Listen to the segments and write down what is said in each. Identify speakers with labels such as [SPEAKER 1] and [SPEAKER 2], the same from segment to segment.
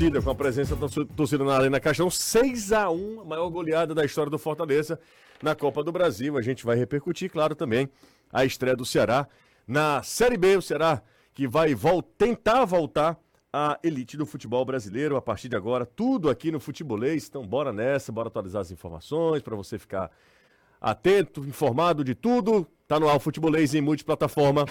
[SPEAKER 1] torcida, com a presença da torcida na Arena Caixão, 6x1, a maior goleada da história do Fortaleza na Copa do Brasil. A gente vai repercutir, claro, também a estreia do Ceará na Série B, o Ceará que vai vol tentar voltar à elite do futebol brasileiro a partir de agora, tudo aqui no Futebolês. Então bora nessa, bora atualizar as informações para você ficar atento, informado de tudo. Tá no ar o Futebolês em multiplataforma.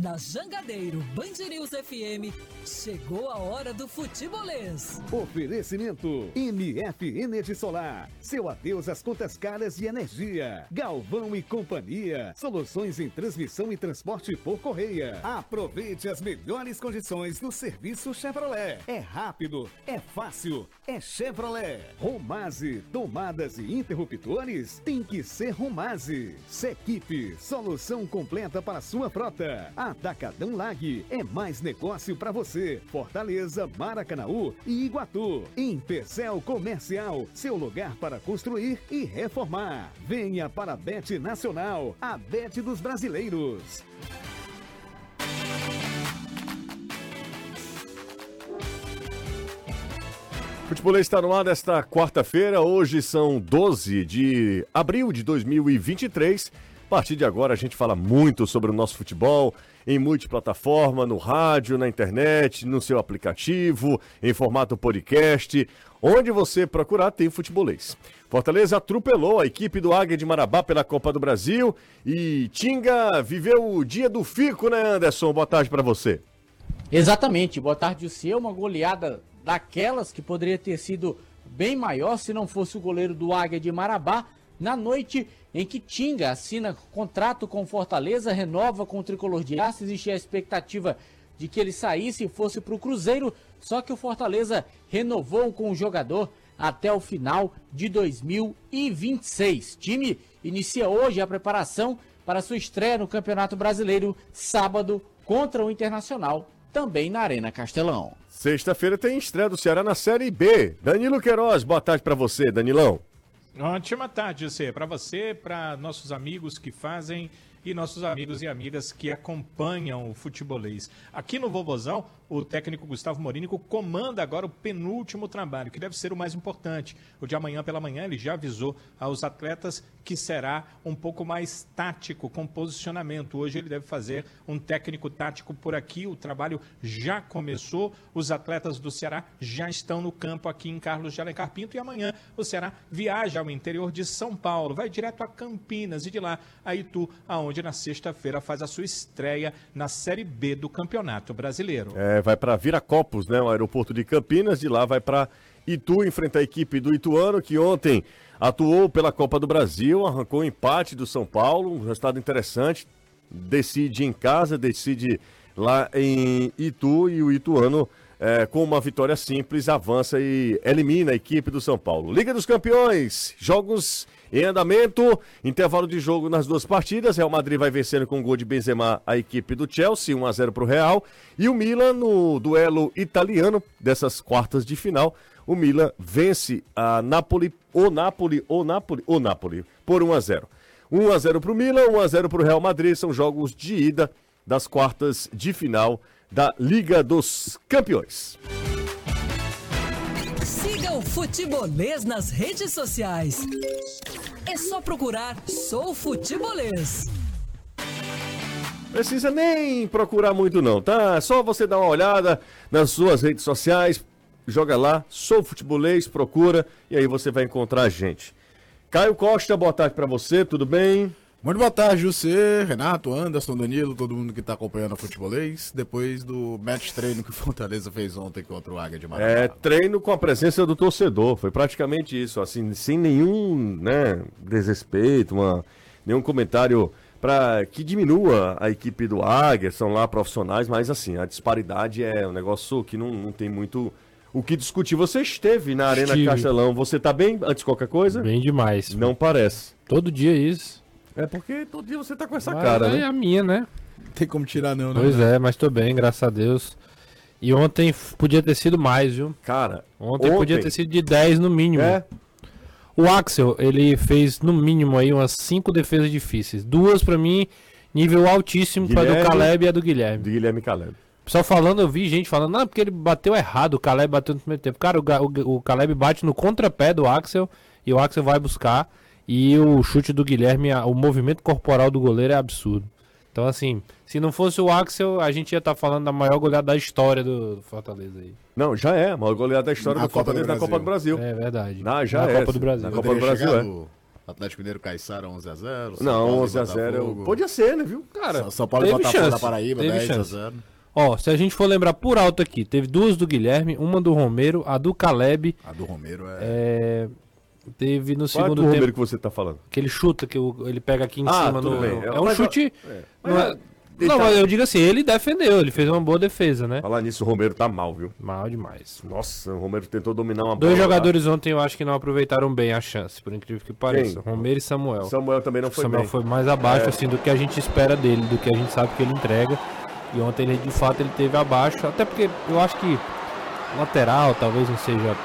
[SPEAKER 2] Na Jangadeiro Band News FM, chegou a hora do futebolês.
[SPEAKER 3] Oferecimento MF Energia Solar. Seu adeus às contas caras de energia. Galvão e Companhia. Soluções em transmissão e transporte por correia. Aproveite as melhores condições no serviço Chevrolet. É rápido, é fácil, é Chevrolet. Romase, tomadas e interruptores tem que ser Romase. Sequipe, solução completa para sua frota. Atacadão Lag é mais negócio para você. Fortaleza, Maracanaú e Iguatu. Empecel Comercial, seu lugar para construir e reformar. Venha para a Bet Nacional, a Bet dos brasileiros.
[SPEAKER 1] Futebolês está no ar desta quarta-feira. Hoje são 12 de abril de 2023. A partir de agora a gente fala muito sobre o nosso futebol em multiplataforma, no rádio, na internet, no seu aplicativo, em formato podcast. Onde você procurar tem futebolês. Fortaleza atropelou a equipe do Águia de Marabá pela Copa do Brasil e Tinga viveu o dia do fico, né, Anderson? Boa tarde para você.
[SPEAKER 4] Exatamente, boa tarde. O seu, uma goleada daquelas que poderia ter sido bem maior se não fosse o goleiro do Águia de Marabá na noite em que Tinga assina contrato com Fortaleza, renova com o tricolor de aço. Existia a expectativa de que ele saísse e fosse para o Cruzeiro, só que o Fortaleza renovou com o jogador até o final de 2026. O time inicia hoje a preparação para sua estreia no Campeonato Brasileiro, sábado, contra o Internacional, também na Arena Castelão.
[SPEAKER 1] Sexta-feira tem estreia do Ceará na Série B. Danilo Queiroz, boa tarde para você, Danilão.
[SPEAKER 5] Ótima tarde, José. Para você, para nossos amigos que fazem e nossos amigos e amigas que acompanham o futebolês. Aqui no Vovozão, o técnico Gustavo Morínico comanda agora o penúltimo trabalho, que deve ser o mais importante. O de amanhã pela manhã, ele já avisou aos atletas que será um pouco mais tático, com posicionamento. Hoje ele deve fazer um técnico tático por aqui. O trabalho já começou, os atletas do Ceará já estão no campo aqui em Carlos de Alencar Pinto e amanhã o Ceará viaja ao interior de São Paulo, vai direto a Campinas e de lá a Itu, aonde onde na sexta-feira faz a sua estreia na Série B do Campeonato Brasileiro.
[SPEAKER 1] É, vai para Viracopos, né, o aeroporto de Campinas, de lá vai para Itu, enfrenta a equipe do Ituano, que ontem atuou pela Copa do Brasil, arrancou um empate do São Paulo, um resultado interessante, decide em casa, decide lá em Itu, e o Ituano... É, com uma vitória simples, avança e elimina a equipe do São Paulo. Liga dos Campeões, jogos em andamento, intervalo de jogo nas duas partidas. Real Madrid vai vencendo com um gol de Benzema a equipe do Chelsea, 1 a 0 para o Real. E o Milan, no duelo italiano dessas quartas de final, o Milan vence a Napoli, o Napoli, o Napoli, o Napoli, por 1 a 0 1 a 0 para o Milan, 1 a 0 para o Real Madrid. São jogos de ida das quartas de final da Liga dos Campeões.
[SPEAKER 2] Siga o Futebolês nas redes sociais. É só procurar Sou Futebolês.
[SPEAKER 1] Precisa nem procurar muito não, tá? É só você dar uma olhada nas suas redes sociais, joga lá, Sou Futebolês, procura e aí você vai encontrar a gente. Caio Costa, boa tarde para você, tudo bem?
[SPEAKER 6] Muito boa tarde, José, Renato, Anderson, Danilo, todo mundo que está acompanhando a futebolês, depois do match treino que o Fortaleza fez ontem contra o Águia de Marabá.
[SPEAKER 1] É, treino com a presença do torcedor, foi praticamente isso, assim, sem nenhum, né, desrespeito, uma, nenhum comentário para que diminua a equipe do Águia, são lá profissionais, mas assim, a disparidade é um negócio que não, não tem muito o que discutir. Você esteve na Arena Estive. Castelão, você está bem antes de qualquer coisa?
[SPEAKER 7] Bem demais.
[SPEAKER 1] Não parece.
[SPEAKER 7] Todo dia isso.
[SPEAKER 1] É porque todo dia você tá com essa mas cara,
[SPEAKER 7] é
[SPEAKER 1] né?
[SPEAKER 7] É a minha, né?
[SPEAKER 6] Não tem como tirar não,
[SPEAKER 7] né? Pois é, mas tô bem, graças a Deus. E ontem podia ter sido mais, viu?
[SPEAKER 1] Cara,
[SPEAKER 7] ontem, ontem... podia ter sido de 10 no mínimo. É. O Axel, ele fez no mínimo aí umas 5 defesas difíceis. Duas para mim, nível altíssimo, Guilherme... pra do Caleb e a do Guilherme.
[SPEAKER 1] Do Guilherme Caleb.
[SPEAKER 7] Pessoal falando, eu vi gente falando, não, porque ele bateu errado, o Caleb bateu no primeiro tempo. Cara, o, Ga- o Ga- o Caleb bate no contrapé do Axel e o Axel vai buscar. E o chute do Guilherme, a- o movimento corporal do goleiro é absurdo. Então, assim, se não fosse o Axel, a gente ia estar falando da maior goleada da história do do Fortaleza aí.
[SPEAKER 1] Não, já é. A maior goleada da história
[SPEAKER 6] Na
[SPEAKER 1] do
[SPEAKER 6] Copa
[SPEAKER 1] Fortaleza
[SPEAKER 6] do
[SPEAKER 1] na Copa do Brasil.
[SPEAKER 7] É verdade.
[SPEAKER 1] Não, já
[SPEAKER 7] Na
[SPEAKER 1] é.
[SPEAKER 7] Copa do Brasil.
[SPEAKER 1] Na Copa do Brasil, é.
[SPEAKER 6] Atlético Mineiro um Caixara 11x0.
[SPEAKER 1] Não,
[SPEAKER 7] é
[SPEAKER 1] 11x0. Podia ser, né, viu? Cara,
[SPEAKER 6] São Paulo e
[SPEAKER 7] Teve
[SPEAKER 6] Botafogo da
[SPEAKER 7] chance,
[SPEAKER 6] Paraíba,
[SPEAKER 7] teve
[SPEAKER 6] 10x0.
[SPEAKER 7] Ó, se a gente for lembrar por alto aqui, teve duas do Guilherme, uma do Romero, a do Caleb.
[SPEAKER 6] A do Romero é.
[SPEAKER 7] é, Teve
[SPEAKER 1] qual é
[SPEAKER 7] no
[SPEAKER 1] o
[SPEAKER 7] segundo tempo
[SPEAKER 1] número que você tá falando?
[SPEAKER 7] que ele chuta, que o- ele pega aqui em
[SPEAKER 1] Ah,
[SPEAKER 7] cima.
[SPEAKER 1] tudo
[SPEAKER 7] No,
[SPEAKER 1] bem.
[SPEAKER 7] É um
[SPEAKER 1] Mas,
[SPEAKER 7] chute.
[SPEAKER 1] mas
[SPEAKER 7] não,
[SPEAKER 1] é-
[SPEAKER 7] é- não, mas eu digo assim, ele defendeu, ele fez uma boa defesa, né?
[SPEAKER 1] Falar nisso, o Romero tá mal, viu?
[SPEAKER 7] Mal demais.
[SPEAKER 1] Nossa, o Romero tentou dominar uma bola
[SPEAKER 7] Dois
[SPEAKER 1] lá.
[SPEAKER 7] jogadores ontem eu acho que não aproveitaram bem a chance, por incrível que pareça. Romero e Samuel.
[SPEAKER 1] Samuel também não
[SPEAKER 7] O
[SPEAKER 1] foi
[SPEAKER 7] Samuel
[SPEAKER 1] bem. É.
[SPEAKER 7] foi mais abaixo assim do que a gente espera dele, do que a gente sabe que ele entrega. E ontem ele de fato ele teve abaixo, até porque eu acho que lateral talvez não seja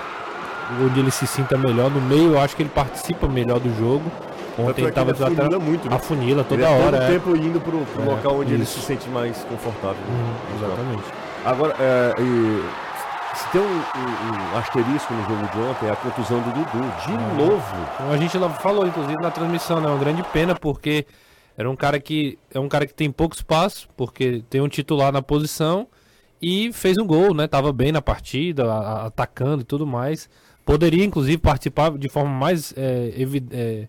[SPEAKER 7] onde ele se sinta melhor no meio, eu acho que ele participa melhor do jogo.
[SPEAKER 1] Tanto é
[SPEAKER 7] Ontem ele
[SPEAKER 1] que
[SPEAKER 7] tava
[SPEAKER 1] ele
[SPEAKER 7] de lateral,
[SPEAKER 1] afunila muito, né?
[SPEAKER 7] a funila toda
[SPEAKER 1] ele é todo
[SPEAKER 7] hora, é.
[SPEAKER 1] tempo indo pro, pro
[SPEAKER 7] É,
[SPEAKER 1] local onde ele
[SPEAKER 7] isso. Uhum,
[SPEAKER 1] se sente mais confortável. né?
[SPEAKER 7] Exatamente.
[SPEAKER 1] Agora, é, e se tem um, um- um asterisco no jogo de ontem, é a contusão do Dudu. De
[SPEAKER 7] Uhum.
[SPEAKER 1] novo.
[SPEAKER 7] Como Então, a gente lá falou, inclusive, na transmissão, né? Uma grande pena, porque era um cara que. É um cara que tem pouco espaço, porque tem um titular na posição e fez um gol, né? Tava bem na partida, a- a- atacando e tudo mais. Poderia, inclusive, participar de forma mais é, evi- é,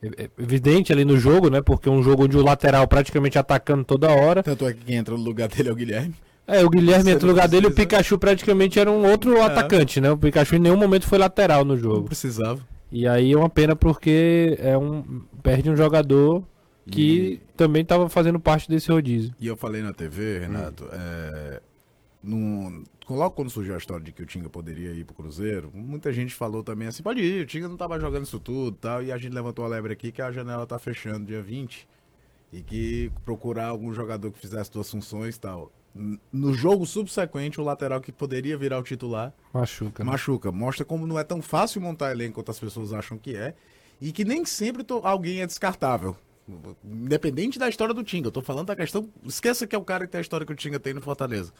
[SPEAKER 7] é, evidente ali no jogo, né? Porque é um jogo onde o lateral praticamente atacando toda hora.
[SPEAKER 6] Tanto é que quem entra no lugar dele é o Guilherme.
[SPEAKER 7] É, o Guilherme entra no lugar dele, o
[SPEAKER 6] precisa.
[SPEAKER 7] Pikachu praticamente era um outro atacante, né? O Pikachu em nenhum momento foi lateral no jogo.
[SPEAKER 6] precisava.
[SPEAKER 7] E aí é uma pena porque é um perde um jogador que também estava fazendo parte desse rodízio.
[SPEAKER 6] E eu falei na TV, Renato, é, num- logo quando surgiu a história de que o Tinga poderia ir pro Cruzeiro, muita gente falou também assim, pode ir, o Tinga não tava jogando isso tudo e tal, e a gente levantou a lebre aqui que a janela tá fechando dia 20, e que procurar algum jogador que fizesse duas funções e tal. N- No jogo subsequente, o lateral que poderia virar o titular
[SPEAKER 7] Machuca. né?
[SPEAKER 6] Machuca. Mostra como não é tão fácil montar elenco quanto as pessoas acham que é. E que nem sempre to- alguém é descartável. Independente da história do Tinga. Eu tô falando da questão. Esqueça que é o cara que tem a história que o Tinga tem no Fortaleza.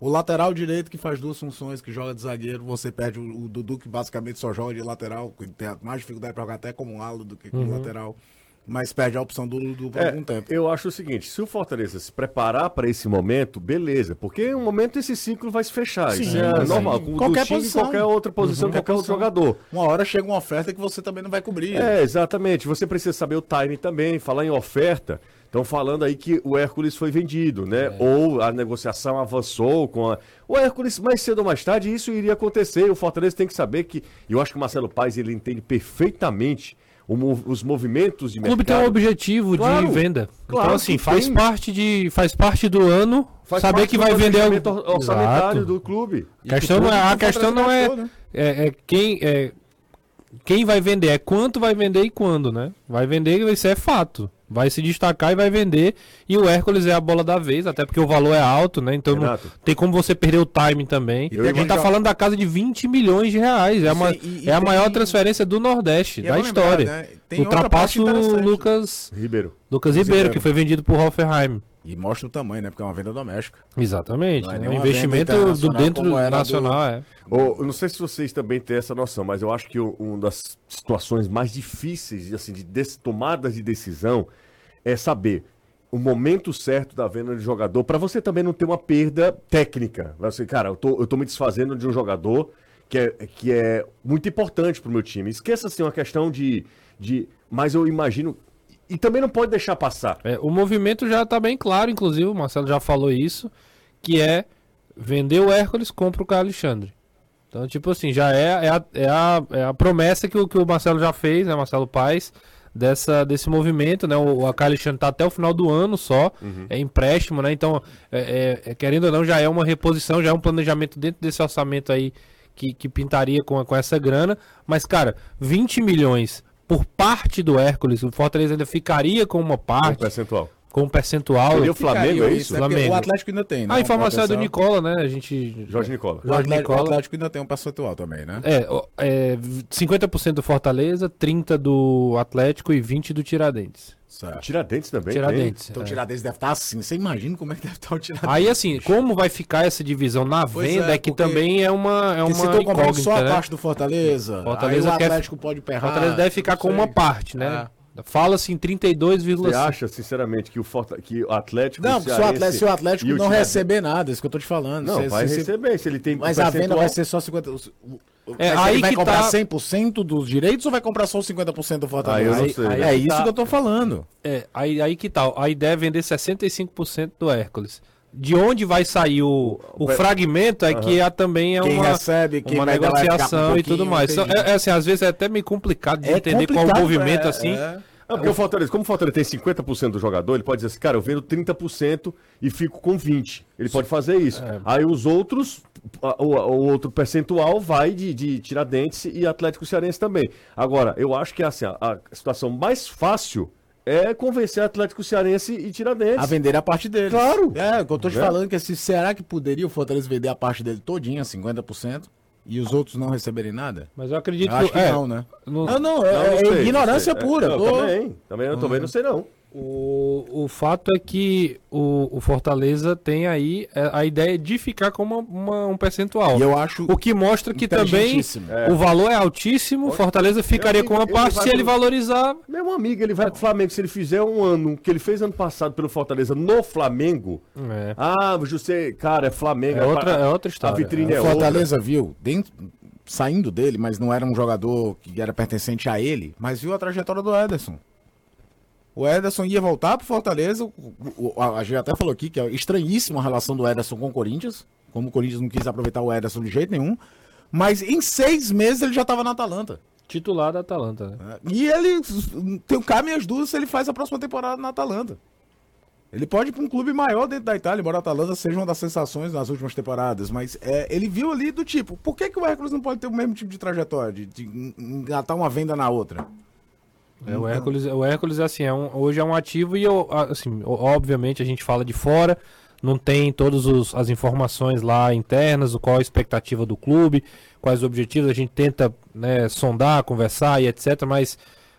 [SPEAKER 6] O lateral direito que faz duas funções, que joga de zagueiro, você perde o, o Dudu, que basicamente só joga de lateral, que tem mais dificuldade pra jogar até como um ala do que como
[SPEAKER 7] Uhum.
[SPEAKER 6] lateral. Mas perde a opção do Dudu por
[SPEAKER 1] É,
[SPEAKER 6] algum tempo.
[SPEAKER 1] eu acho o seguinte, se o Fortaleza se preparar para esse momento, beleza, porque em um momento esse ciclo vai se fechar.
[SPEAKER 6] Sim,
[SPEAKER 1] isso é
[SPEAKER 6] sim.
[SPEAKER 1] normal. Com o
[SPEAKER 6] Qualquer
[SPEAKER 1] Dutinho,
[SPEAKER 6] posição.
[SPEAKER 1] qualquer
[SPEAKER 7] Uhum.
[SPEAKER 1] outra posição, qualquer outro jogador.
[SPEAKER 6] Uma hora chega uma oferta que você também não vai cobrir.
[SPEAKER 1] É, exatamente. Você precisa saber o timing também, falar em oferta. Estão falando aí que o Hércules foi vendido, né?
[SPEAKER 7] É.
[SPEAKER 1] Ou a negociação avançou com a... O Hércules, mais cedo ou mais tarde, isso iria acontecer. O Fortaleza tem que saber que... e Eu acho que o Marcelo Paes, ele entende perfeitamente o mo- os movimentos de
[SPEAKER 7] O clube tem um
[SPEAKER 1] mercado.
[SPEAKER 7] objetivo
[SPEAKER 1] Claro,
[SPEAKER 7] de venda.
[SPEAKER 1] claro
[SPEAKER 7] então assim,
[SPEAKER 1] que
[SPEAKER 7] faz
[SPEAKER 1] tem.
[SPEAKER 7] parte de faz parte do ano
[SPEAKER 1] Faz
[SPEAKER 7] saber
[SPEAKER 1] parte
[SPEAKER 7] que
[SPEAKER 1] do
[SPEAKER 7] vai vender
[SPEAKER 1] planejamento
[SPEAKER 7] algum-
[SPEAKER 1] or- orçamentário
[SPEAKER 7] Exato.
[SPEAKER 1] do clube.
[SPEAKER 7] A questão não é- a
[SPEAKER 6] Fortaleza
[SPEAKER 7] questão não é,
[SPEAKER 6] gastou, né?
[SPEAKER 7] é, é quem é quem vai vender, é quanto vai vender e quando, né? Vai vender, isso é fato. Vai se destacar e vai vender. E o Hércules é a bola da vez, até porque o valor é alto, né? Então não
[SPEAKER 1] Renato.
[SPEAKER 7] tem como você perder o time também.
[SPEAKER 6] Eu
[SPEAKER 7] a gente
[SPEAKER 6] imagino-
[SPEAKER 7] tá falando da casa de 20 milhões de reais. É, a ma-
[SPEAKER 6] Sim, e- e
[SPEAKER 7] é a
[SPEAKER 6] tem-
[SPEAKER 7] maior transferência do Nordeste,
[SPEAKER 6] E é
[SPEAKER 7] da
[SPEAKER 6] bom lembrar,
[SPEAKER 7] história.
[SPEAKER 6] né? Tem outra parte
[SPEAKER 7] Ultrapassa o
[SPEAKER 6] interessante.
[SPEAKER 7] Lucas,
[SPEAKER 1] Ribeiro.
[SPEAKER 7] Lucas Ribeiro, que foi vendido por Hoffenheim.
[SPEAKER 6] E mostra o tamanho, né? Porque é uma venda doméstica.
[SPEAKER 7] Exatamente.
[SPEAKER 6] Não é
[SPEAKER 7] né?
[SPEAKER 6] nenhuma
[SPEAKER 7] Um
[SPEAKER 6] venda
[SPEAKER 7] investimento do
[SPEAKER 6] internacional
[SPEAKER 7] dentro
[SPEAKER 6] como era do-
[SPEAKER 7] nacional, é.
[SPEAKER 1] Ô, eu não sei se vocês também têm essa noção, mas eu acho que o- uma das situações mais difíceis assim, de des- tomadas de decisão é saber o momento certo da venda de jogador para você também não ter uma perda técnica. Você, cara, eu tô, eu tô me desfazendo de um jogador que é, que é muito importante pro meu time. Esqueça assim uma questão de, de. Mas eu imagino. E também não pode deixar passar.
[SPEAKER 7] É, o movimento já tá bem claro, inclusive, o Marcelo já falou isso, que é vender o Hércules, compra o Caio Alexandre. Então, tipo assim, já é, é, a, é, a, é a promessa que o, que o Marcelo já fez, né, Marcelo Paes, dessa, desse movimento, né? O, o Caio Alexandre tá até o final do ano só, é empréstimo, né? Então, é- é- é, querendo ou não, já é uma reposição, já é um planejamento dentro desse orçamento aí que, que pintaria com, a- com essa grana. Mas, cara, 20 milhões por parte do Hércules, o Fortaleza ainda ficaria com uma
[SPEAKER 1] Um
[SPEAKER 7] parte.
[SPEAKER 1] percentual.
[SPEAKER 7] Com um percentual.
[SPEAKER 1] Seria o Flamengo, é isso?
[SPEAKER 6] né? Porque
[SPEAKER 7] Flamengo.
[SPEAKER 6] O Atlético ainda tem, né?
[SPEAKER 7] A informação é do
[SPEAKER 6] Uma proteção.
[SPEAKER 7] Nicola, né? A gente.
[SPEAKER 1] Jorge Nicola.
[SPEAKER 6] O Atlético,
[SPEAKER 7] Nicola.
[SPEAKER 6] o Atlético ainda tem um percentual também, né?
[SPEAKER 7] É, ó, é, 50% do Fortaleza, 30% do Atlético e 20% do Tiradentes.
[SPEAKER 6] Certo.
[SPEAKER 1] Tiradentes também.
[SPEAKER 7] né? Tiradentes.
[SPEAKER 6] Então o
[SPEAKER 7] é.
[SPEAKER 6] Tiradentes deve estar assim. Você imagina como é que deve estar o Tiradentes.
[SPEAKER 7] Aí, assim, como vai ficar essa divisão na
[SPEAKER 6] Pois
[SPEAKER 7] venda
[SPEAKER 6] é,
[SPEAKER 7] é, que
[SPEAKER 6] porque-
[SPEAKER 7] também é uma, é
[SPEAKER 6] Porque se
[SPEAKER 7] uma
[SPEAKER 6] estão comprando só a
[SPEAKER 7] incógnita, né?
[SPEAKER 6] parte do Fortaleza,
[SPEAKER 7] Fortaleza
[SPEAKER 6] aí o
[SPEAKER 7] quer-
[SPEAKER 6] Atlético pode perrar.
[SPEAKER 7] Fortaleza deve ficar
[SPEAKER 6] não
[SPEAKER 7] com
[SPEAKER 6] sei. É.
[SPEAKER 7] uma parte, né? Fala-se em
[SPEAKER 1] Você
[SPEAKER 7] 32,5%.
[SPEAKER 1] acha, sinceramente, que o, Forta... que o Atlético.
[SPEAKER 6] Não, se o
[SPEAKER 1] Cearense
[SPEAKER 6] Atlético, se o Atlético
[SPEAKER 1] e o
[SPEAKER 6] não
[SPEAKER 1] Tiradentes-
[SPEAKER 6] receber nada, é isso que eu tô te falando.
[SPEAKER 1] Não,
[SPEAKER 6] Se-
[SPEAKER 1] vai
[SPEAKER 6] se- se-
[SPEAKER 1] receber. Se ele tem.
[SPEAKER 6] Mas a venda
[SPEAKER 1] percentual-
[SPEAKER 6] vai ser só 50. o- o-
[SPEAKER 7] É,
[SPEAKER 6] mas ele
[SPEAKER 7] aí
[SPEAKER 6] vai
[SPEAKER 7] que
[SPEAKER 6] comprar
[SPEAKER 7] tá-
[SPEAKER 6] 100% dos direitos ou vai comprar só os 50% do Fortaleza?
[SPEAKER 1] Aí eu não sei.
[SPEAKER 6] é
[SPEAKER 7] Aí que
[SPEAKER 6] isso
[SPEAKER 7] tá-
[SPEAKER 6] que eu tô falando.
[SPEAKER 7] É, aí, aí que tal? A ideia é vender 65% do Hércules. De onde vai sair o, o fragmento é que há também é
[SPEAKER 6] Quem
[SPEAKER 7] uma,
[SPEAKER 6] recebe, quem
[SPEAKER 7] uma
[SPEAKER 6] vai dar, vai ficar
[SPEAKER 7] negociação
[SPEAKER 6] um
[SPEAKER 7] e tudo
[SPEAKER 6] pouquinho,
[SPEAKER 7] mais. Só-
[SPEAKER 6] entendi.
[SPEAKER 7] É, é assim, às vezes é até meio complicado de
[SPEAKER 6] É
[SPEAKER 7] entender qual
[SPEAKER 6] complicado,
[SPEAKER 7] o movimento
[SPEAKER 6] é,
[SPEAKER 7] assim.
[SPEAKER 6] é.
[SPEAKER 1] Não, porque o Fortaleza, como o Fortaleza tem 50% do jogador, ele pode dizer assim, cara, eu vendo 30% e fico com 20%. Ele pode fazer isso.
[SPEAKER 6] É.
[SPEAKER 1] Aí os outros, a- o, o outro percentual vai de, de Tiradentes e Atlético Cearense também. Agora, eu acho que assim, a, a situação mais fácil é convencer Atlético Cearense e Tiradentes.
[SPEAKER 6] A vender a parte deles.
[SPEAKER 1] Claro.
[SPEAKER 6] É, o que eu tô te
[SPEAKER 1] Né?
[SPEAKER 6] falando que se, será que poderia o Fortaleza vender a parte dele todinha, 50%, e os outros não receberem nada?
[SPEAKER 7] Mas eu acredito
[SPEAKER 6] Eu acho que
[SPEAKER 7] é,
[SPEAKER 6] não, né?
[SPEAKER 7] no-
[SPEAKER 6] Não, não,
[SPEAKER 1] Não,
[SPEAKER 6] é,
[SPEAKER 1] não
[SPEAKER 6] é
[SPEAKER 1] sei, não
[SPEAKER 6] ignorância
[SPEAKER 1] sei. É,
[SPEAKER 6] pura. Uhum.
[SPEAKER 1] não,
[SPEAKER 6] Tô-
[SPEAKER 1] Também, também eu também não sei não.
[SPEAKER 7] O, o fato é que o, o Fortaleza tem aí é, a ideia de ficar com uma- uma- um percentual.
[SPEAKER 6] E eu acho
[SPEAKER 7] O que mostra que também
[SPEAKER 6] inteligentíssimo.
[SPEAKER 7] o valor é altíssimo, Fortaleza ficaria
[SPEAKER 1] Eu-
[SPEAKER 7] com uma
[SPEAKER 1] ele
[SPEAKER 7] parte
[SPEAKER 1] vai
[SPEAKER 7] se ele
[SPEAKER 1] pro-
[SPEAKER 7] valorizar.
[SPEAKER 1] Meu amigo, ele vai pro Flamengo. Se ele fizer um ano que ele fez ano passado pelo Fortaleza no Flamengo.
[SPEAKER 7] É.
[SPEAKER 1] Ah, José, cara, é Flamengo.
[SPEAKER 7] É outra-
[SPEAKER 1] pa-
[SPEAKER 7] é outra história.
[SPEAKER 1] A vitrine é
[SPEAKER 6] o
[SPEAKER 1] outra.
[SPEAKER 6] Fortaleza viu, dentro, saindo dele, mas não era um jogador que era pertencente a ele, mas viu a trajetória do Ederson. O Ederson ia voltar pro Fortaleza, o- o- a a gente até falou aqui que é estranhíssima a relação do Ederson com o Corinthians, como o Corinthians não quis aproveitar o Ederson de jeito nenhum, mas em seis meses ele já estava na Atalanta.
[SPEAKER 7] Titular da Atalanta, né?
[SPEAKER 6] né? E ele tem cá minhas dúvidas se ele faz a próxima temporada na Atalanta. Ele pode ir para um clube maior dentro da Itália, embora a Atalanta seja uma das sensações nas últimas temporadas, mas é, ele viu ali do tipo, por que, que o Hércules não pode ter o mesmo tipo de trajetória, de, de en- engatar uma venda na outra?
[SPEAKER 7] É, o Hércules, o Hércules assim, é um- hoje é um ativo e eu, a- assim, o- obviamente a gente fala de fora, não tem todas os- as informações lá internas, o qual a expectativa do clube, quais os objetivos, a gente tenta né, sondar, conversar e etc, mas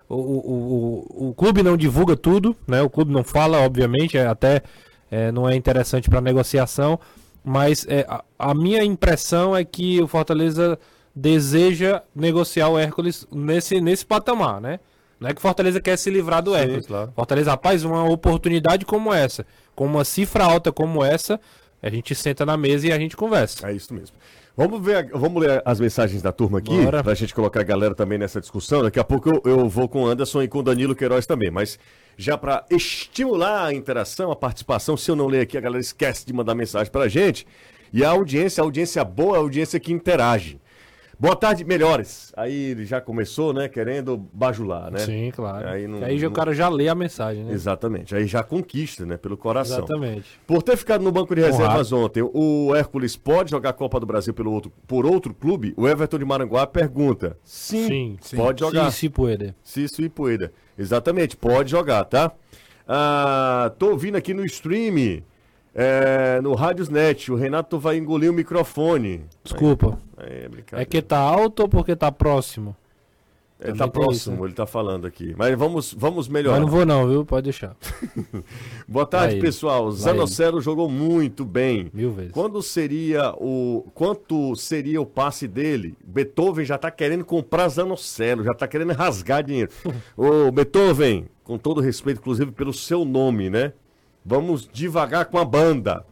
[SPEAKER 7] o, o- o- o clube não divulga tudo, né, o clube não fala, obviamente, é até é, não é interessante para negociação, mas é, a, a minha impressão é que o Fortaleza deseja negociar o Hércules nesse, nesse patamar, né? Não é que o Fortaleza quer se livrar do Hércules.
[SPEAKER 1] claro.
[SPEAKER 7] Fortaleza, rapaz, uma oportunidade como essa, com uma cifra alta como essa, a gente senta na mesa e a gente conversa.
[SPEAKER 1] É isso mesmo. Vamos ver, vamos ler as mensagens da turma aqui,
[SPEAKER 7] Bora.
[SPEAKER 1] pra gente colocar a galera também nessa discussão. Daqui a pouco eu, eu vou com o Anderson e com o Danilo Queiroz também, mas já pra estimular a interação, a participação, se eu não ler aqui, a galera esquece de mandar mensagem pra gente. E a audiência, a audiência boa, a audiência que interage. Boa tarde, melhores. Aí ele já começou, né, querendo bajular, né?
[SPEAKER 7] Sim, claro.
[SPEAKER 1] Aí
[SPEAKER 7] Aí,
[SPEAKER 1] não-
[SPEAKER 7] já-
[SPEAKER 1] não-
[SPEAKER 7] o cara já lê a mensagem, né?
[SPEAKER 1] Exatamente. Aí já conquista, né, pelo coração.
[SPEAKER 7] Exatamente.
[SPEAKER 1] Por ter ficado no banco de
[SPEAKER 7] Honrado.
[SPEAKER 1] reservas ontem, o Hércules pode jogar a Copa do Brasil pelo outro, por outro clube? O Everton de Maranguá pergunta. Sim, pode jogar.
[SPEAKER 7] Sim, se puder.
[SPEAKER 1] Cício e Poeira. Exatamente, pode jogar, tá? Ah, tô ouvindo aqui no stream, é, no Radiosnet, o Renato vai engolir o microfone.
[SPEAKER 7] Desculpa.
[SPEAKER 1] É,
[SPEAKER 7] É que tá alto ou porque tá próximo?
[SPEAKER 1] ele tá
[SPEAKER 7] também tem
[SPEAKER 1] próximo,
[SPEAKER 7] isso, né?
[SPEAKER 1] ele tá falando aqui. Mas vamos, vamos
[SPEAKER 7] Mas
[SPEAKER 1] melhorar.
[SPEAKER 7] não vou não, viu? Pode deixar.
[SPEAKER 1] Boa tarde,
[SPEAKER 7] ele.
[SPEAKER 1] pessoal.
[SPEAKER 7] Lá
[SPEAKER 1] Zanocelo jogou muito bem.
[SPEAKER 7] Mil vezes.
[SPEAKER 1] Quando seria o quanto seria o passe dele? Beethoven já tá querendo comprar Zanocelo, já tá querendo rasgar dinheiro. Ô, Beethoven, com todo respeito inclusive pelo seu nome, né? Vamos devagar com a banda,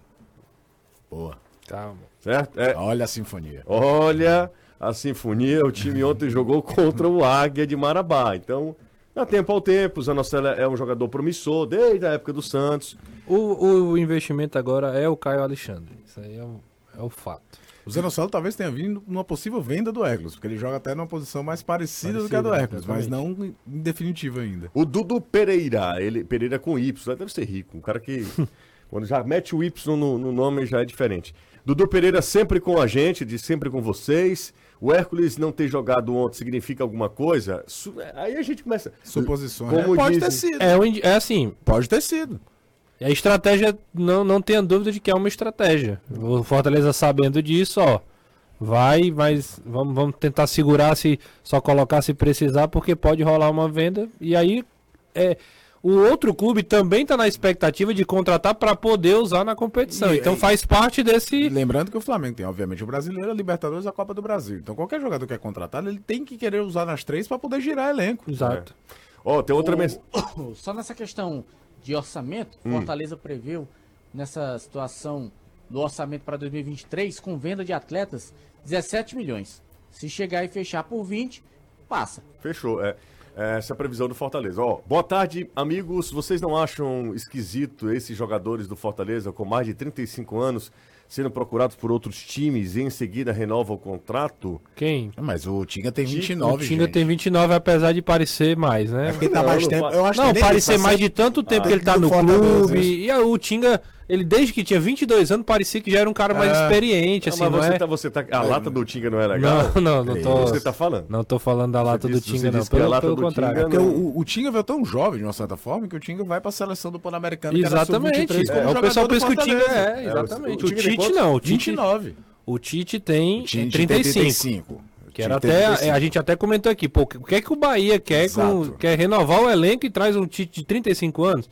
[SPEAKER 6] Boa.
[SPEAKER 1] Tá,
[SPEAKER 7] Calma.
[SPEAKER 1] certo? É,
[SPEAKER 6] Olha a sinfonia.
[SPEAKER 1] olha a sinfonia, o time ontem jogou contra o Águia de Marabá. Então, dá tempo ao tempo, Zanocelo é um jogador promissor desde a época do Santos.
[SPEAKER 7] O, o investimento agora é o Caio Alexandre. Isso aí é o, é o fato.
[SPEAKER 6] O Zenocello talvez tenha vindo numa possível venda do Hércules, porque ele joga até numa posição mais parecida, do que a do
[SPEAKER 7] Parecida,
[SPEAKER 6] Hércules, mas não em definitiva ainda.
[SPEAKER 1] O Dudu Pereira, ele Pereira com Y, né? deve ser rico, um cara que quando já mete o Y no, no nome já é diferente. Dudu Pereira sempre com a gente, de sempre com vocês. O Hércules não ter jogado ontem significa alguma coisa? Su- é, Aí a gente começa.
[SPEAKER 6] Suposições.
[SPEAKER 1] Como
[SPEAKER 6] É, pode
[SPEAKER 1] dizem-
[SPEAKER 6] ter sido.
[SPEAKER 7] É, um indi- é assim,
[SPEAKER 6] Pode ter sido.
[SPEAKER 7] A estratégia, não, não tenha dúvida de que é uma estratégia. O Fortaleza sabendo disso, ó. Vai, mas vamos, vamos tentar segurar se só colocar se precisar, porque pode rolar uma venda. E aí é, o outro clube também está na expectativa de contratar para poder usar na competição.
[SPEAKER 6] E-
[SPEAKER 7] então
[SPEAKER 6] e-
[SPEAKER 7] faz parte
[SPEAKER 6] E
[SPEAKER 7] desse.
[SPEAKER 6] lembrando que o Flamengo tem, obviamente, o Brasileiro, a Libertadores e a Copa do Brasil. Então qualquer jogador que é contratado, ele tem que querer usar nas três para poder girar elenco.
[SPEAKER 7] Exato.
[SPEAKER 6] É.
[SPEAKER 1] Ó, tem outra mensagem.
[SPEAKER 4] Só nessa questão de orçamento, Fortaleza preveu nessa situação do orçamento para 2023 com venda de atletas 17 milhões. Se chegar e fechar por 20, passa.
[SPEAKER 1] Fechou, é. É, Essa é a previsão do Fortaleza. Ó, boa tarde, amigos. Vocês não acham esquisito esses jogadores do Fortaleza com mais de 35 anos sendo procurados por outros times e em seguida renova o contrato?
[SPEAKER 7] Quem?
[SPEAKER 6] Mas o Tinga tem
[SPEAKER 7] O
[SPEAKER 6] 29,
[SPEAKER 7] Tinga
[SPEAKER 6] gente.
[SPEAKER 7] tem 29, apesar de parecer mais, né?
[SPEAKER 6] Porque tá mais
[SPEAKER 1] Não,
[SPEAKER 6] tempo.
[SPEAKER 1] não
[SPEAKER 6] Eu acho
[SPEAKER 7] Não,
[SPEAKER 6] que
[SPEAKER 7] parecer mais de tanto tempo que ele tá
[SPEAKER 6] do
[SPEAKER 7] no
[SPEAKER 6] Fortaleza,
[SPEAKER 7] clube. E aí, o Tinga, ele desde que tinha 22 anos, parecia que já era um cara mais
[SPEAKER 6] É.
[SPEAKER 7] experiente, assim,
[SPEAKER 1] mas
[SPEAKER 7] não
[SPEAKER 1] você,
[SPEAKER 7] é?
[SPEAKER 1] tá, você tá. A lata do Tinga não é legal?
[SPEAKER 7] Não, não, não tô.
[SPEAKER 1] Você tá falando?
[SPEAKER 7] Não tô falando da lata
[SPEAKER 1] disse-
[SPEAKER 7] do Tinga,
[SPEAKER 1] você
[SPEAKER 7] não.
[SPEAKER 1] disse que a
[SPEAKER 7] Pelo,
[SPEAKER 1] lata
[SPEAKER 7] pelo
[SPEAKER 1] do
[SPEAKER 7] contrário.
[SPEAKER 1] Tinga-
[SPEAKER 6] Porque o, o Tinga veio tão jovem, de uma certa forma, que o Tinga vai pra seleção do Pan-Americano. que era
[SPEAKER 7] Exatamente.
[SPEAKER 6] sub-23, como
[SPEAKER 7] É, o
[SPEAKER 6] jogador
[SPEAKER 7] pessoal
[SPEAKER 6] do
[SPEAKER 7] pensa que o Tinga
[SPEAKER 6] Fortaleza.
[SPEAKER 7] é, exatamente.
[SPEAKER 1] o
[SPEAKER 7] O,
[SPEAKER 1] Tinga tem
[SPEAKER 7] Tite
[SPEAKER 1] quantos?
[SPEAKER 7] não, o Tite,
[SPEAKER 6] 29.
[SPEAKER 7] o Tite tem,
[SPEAKER 6] Tinha
[SPEAKER 7] 35.
[SPEAKER 6] 35.
[SPEAKER 7] Que era até, a gente até comentou aqui, pô, o que é que o Bahia quer com,
[SPEAKER 6] Exato.
[SPEAKER 7] quer renovar o elenco e traz um Tite de 35 anos?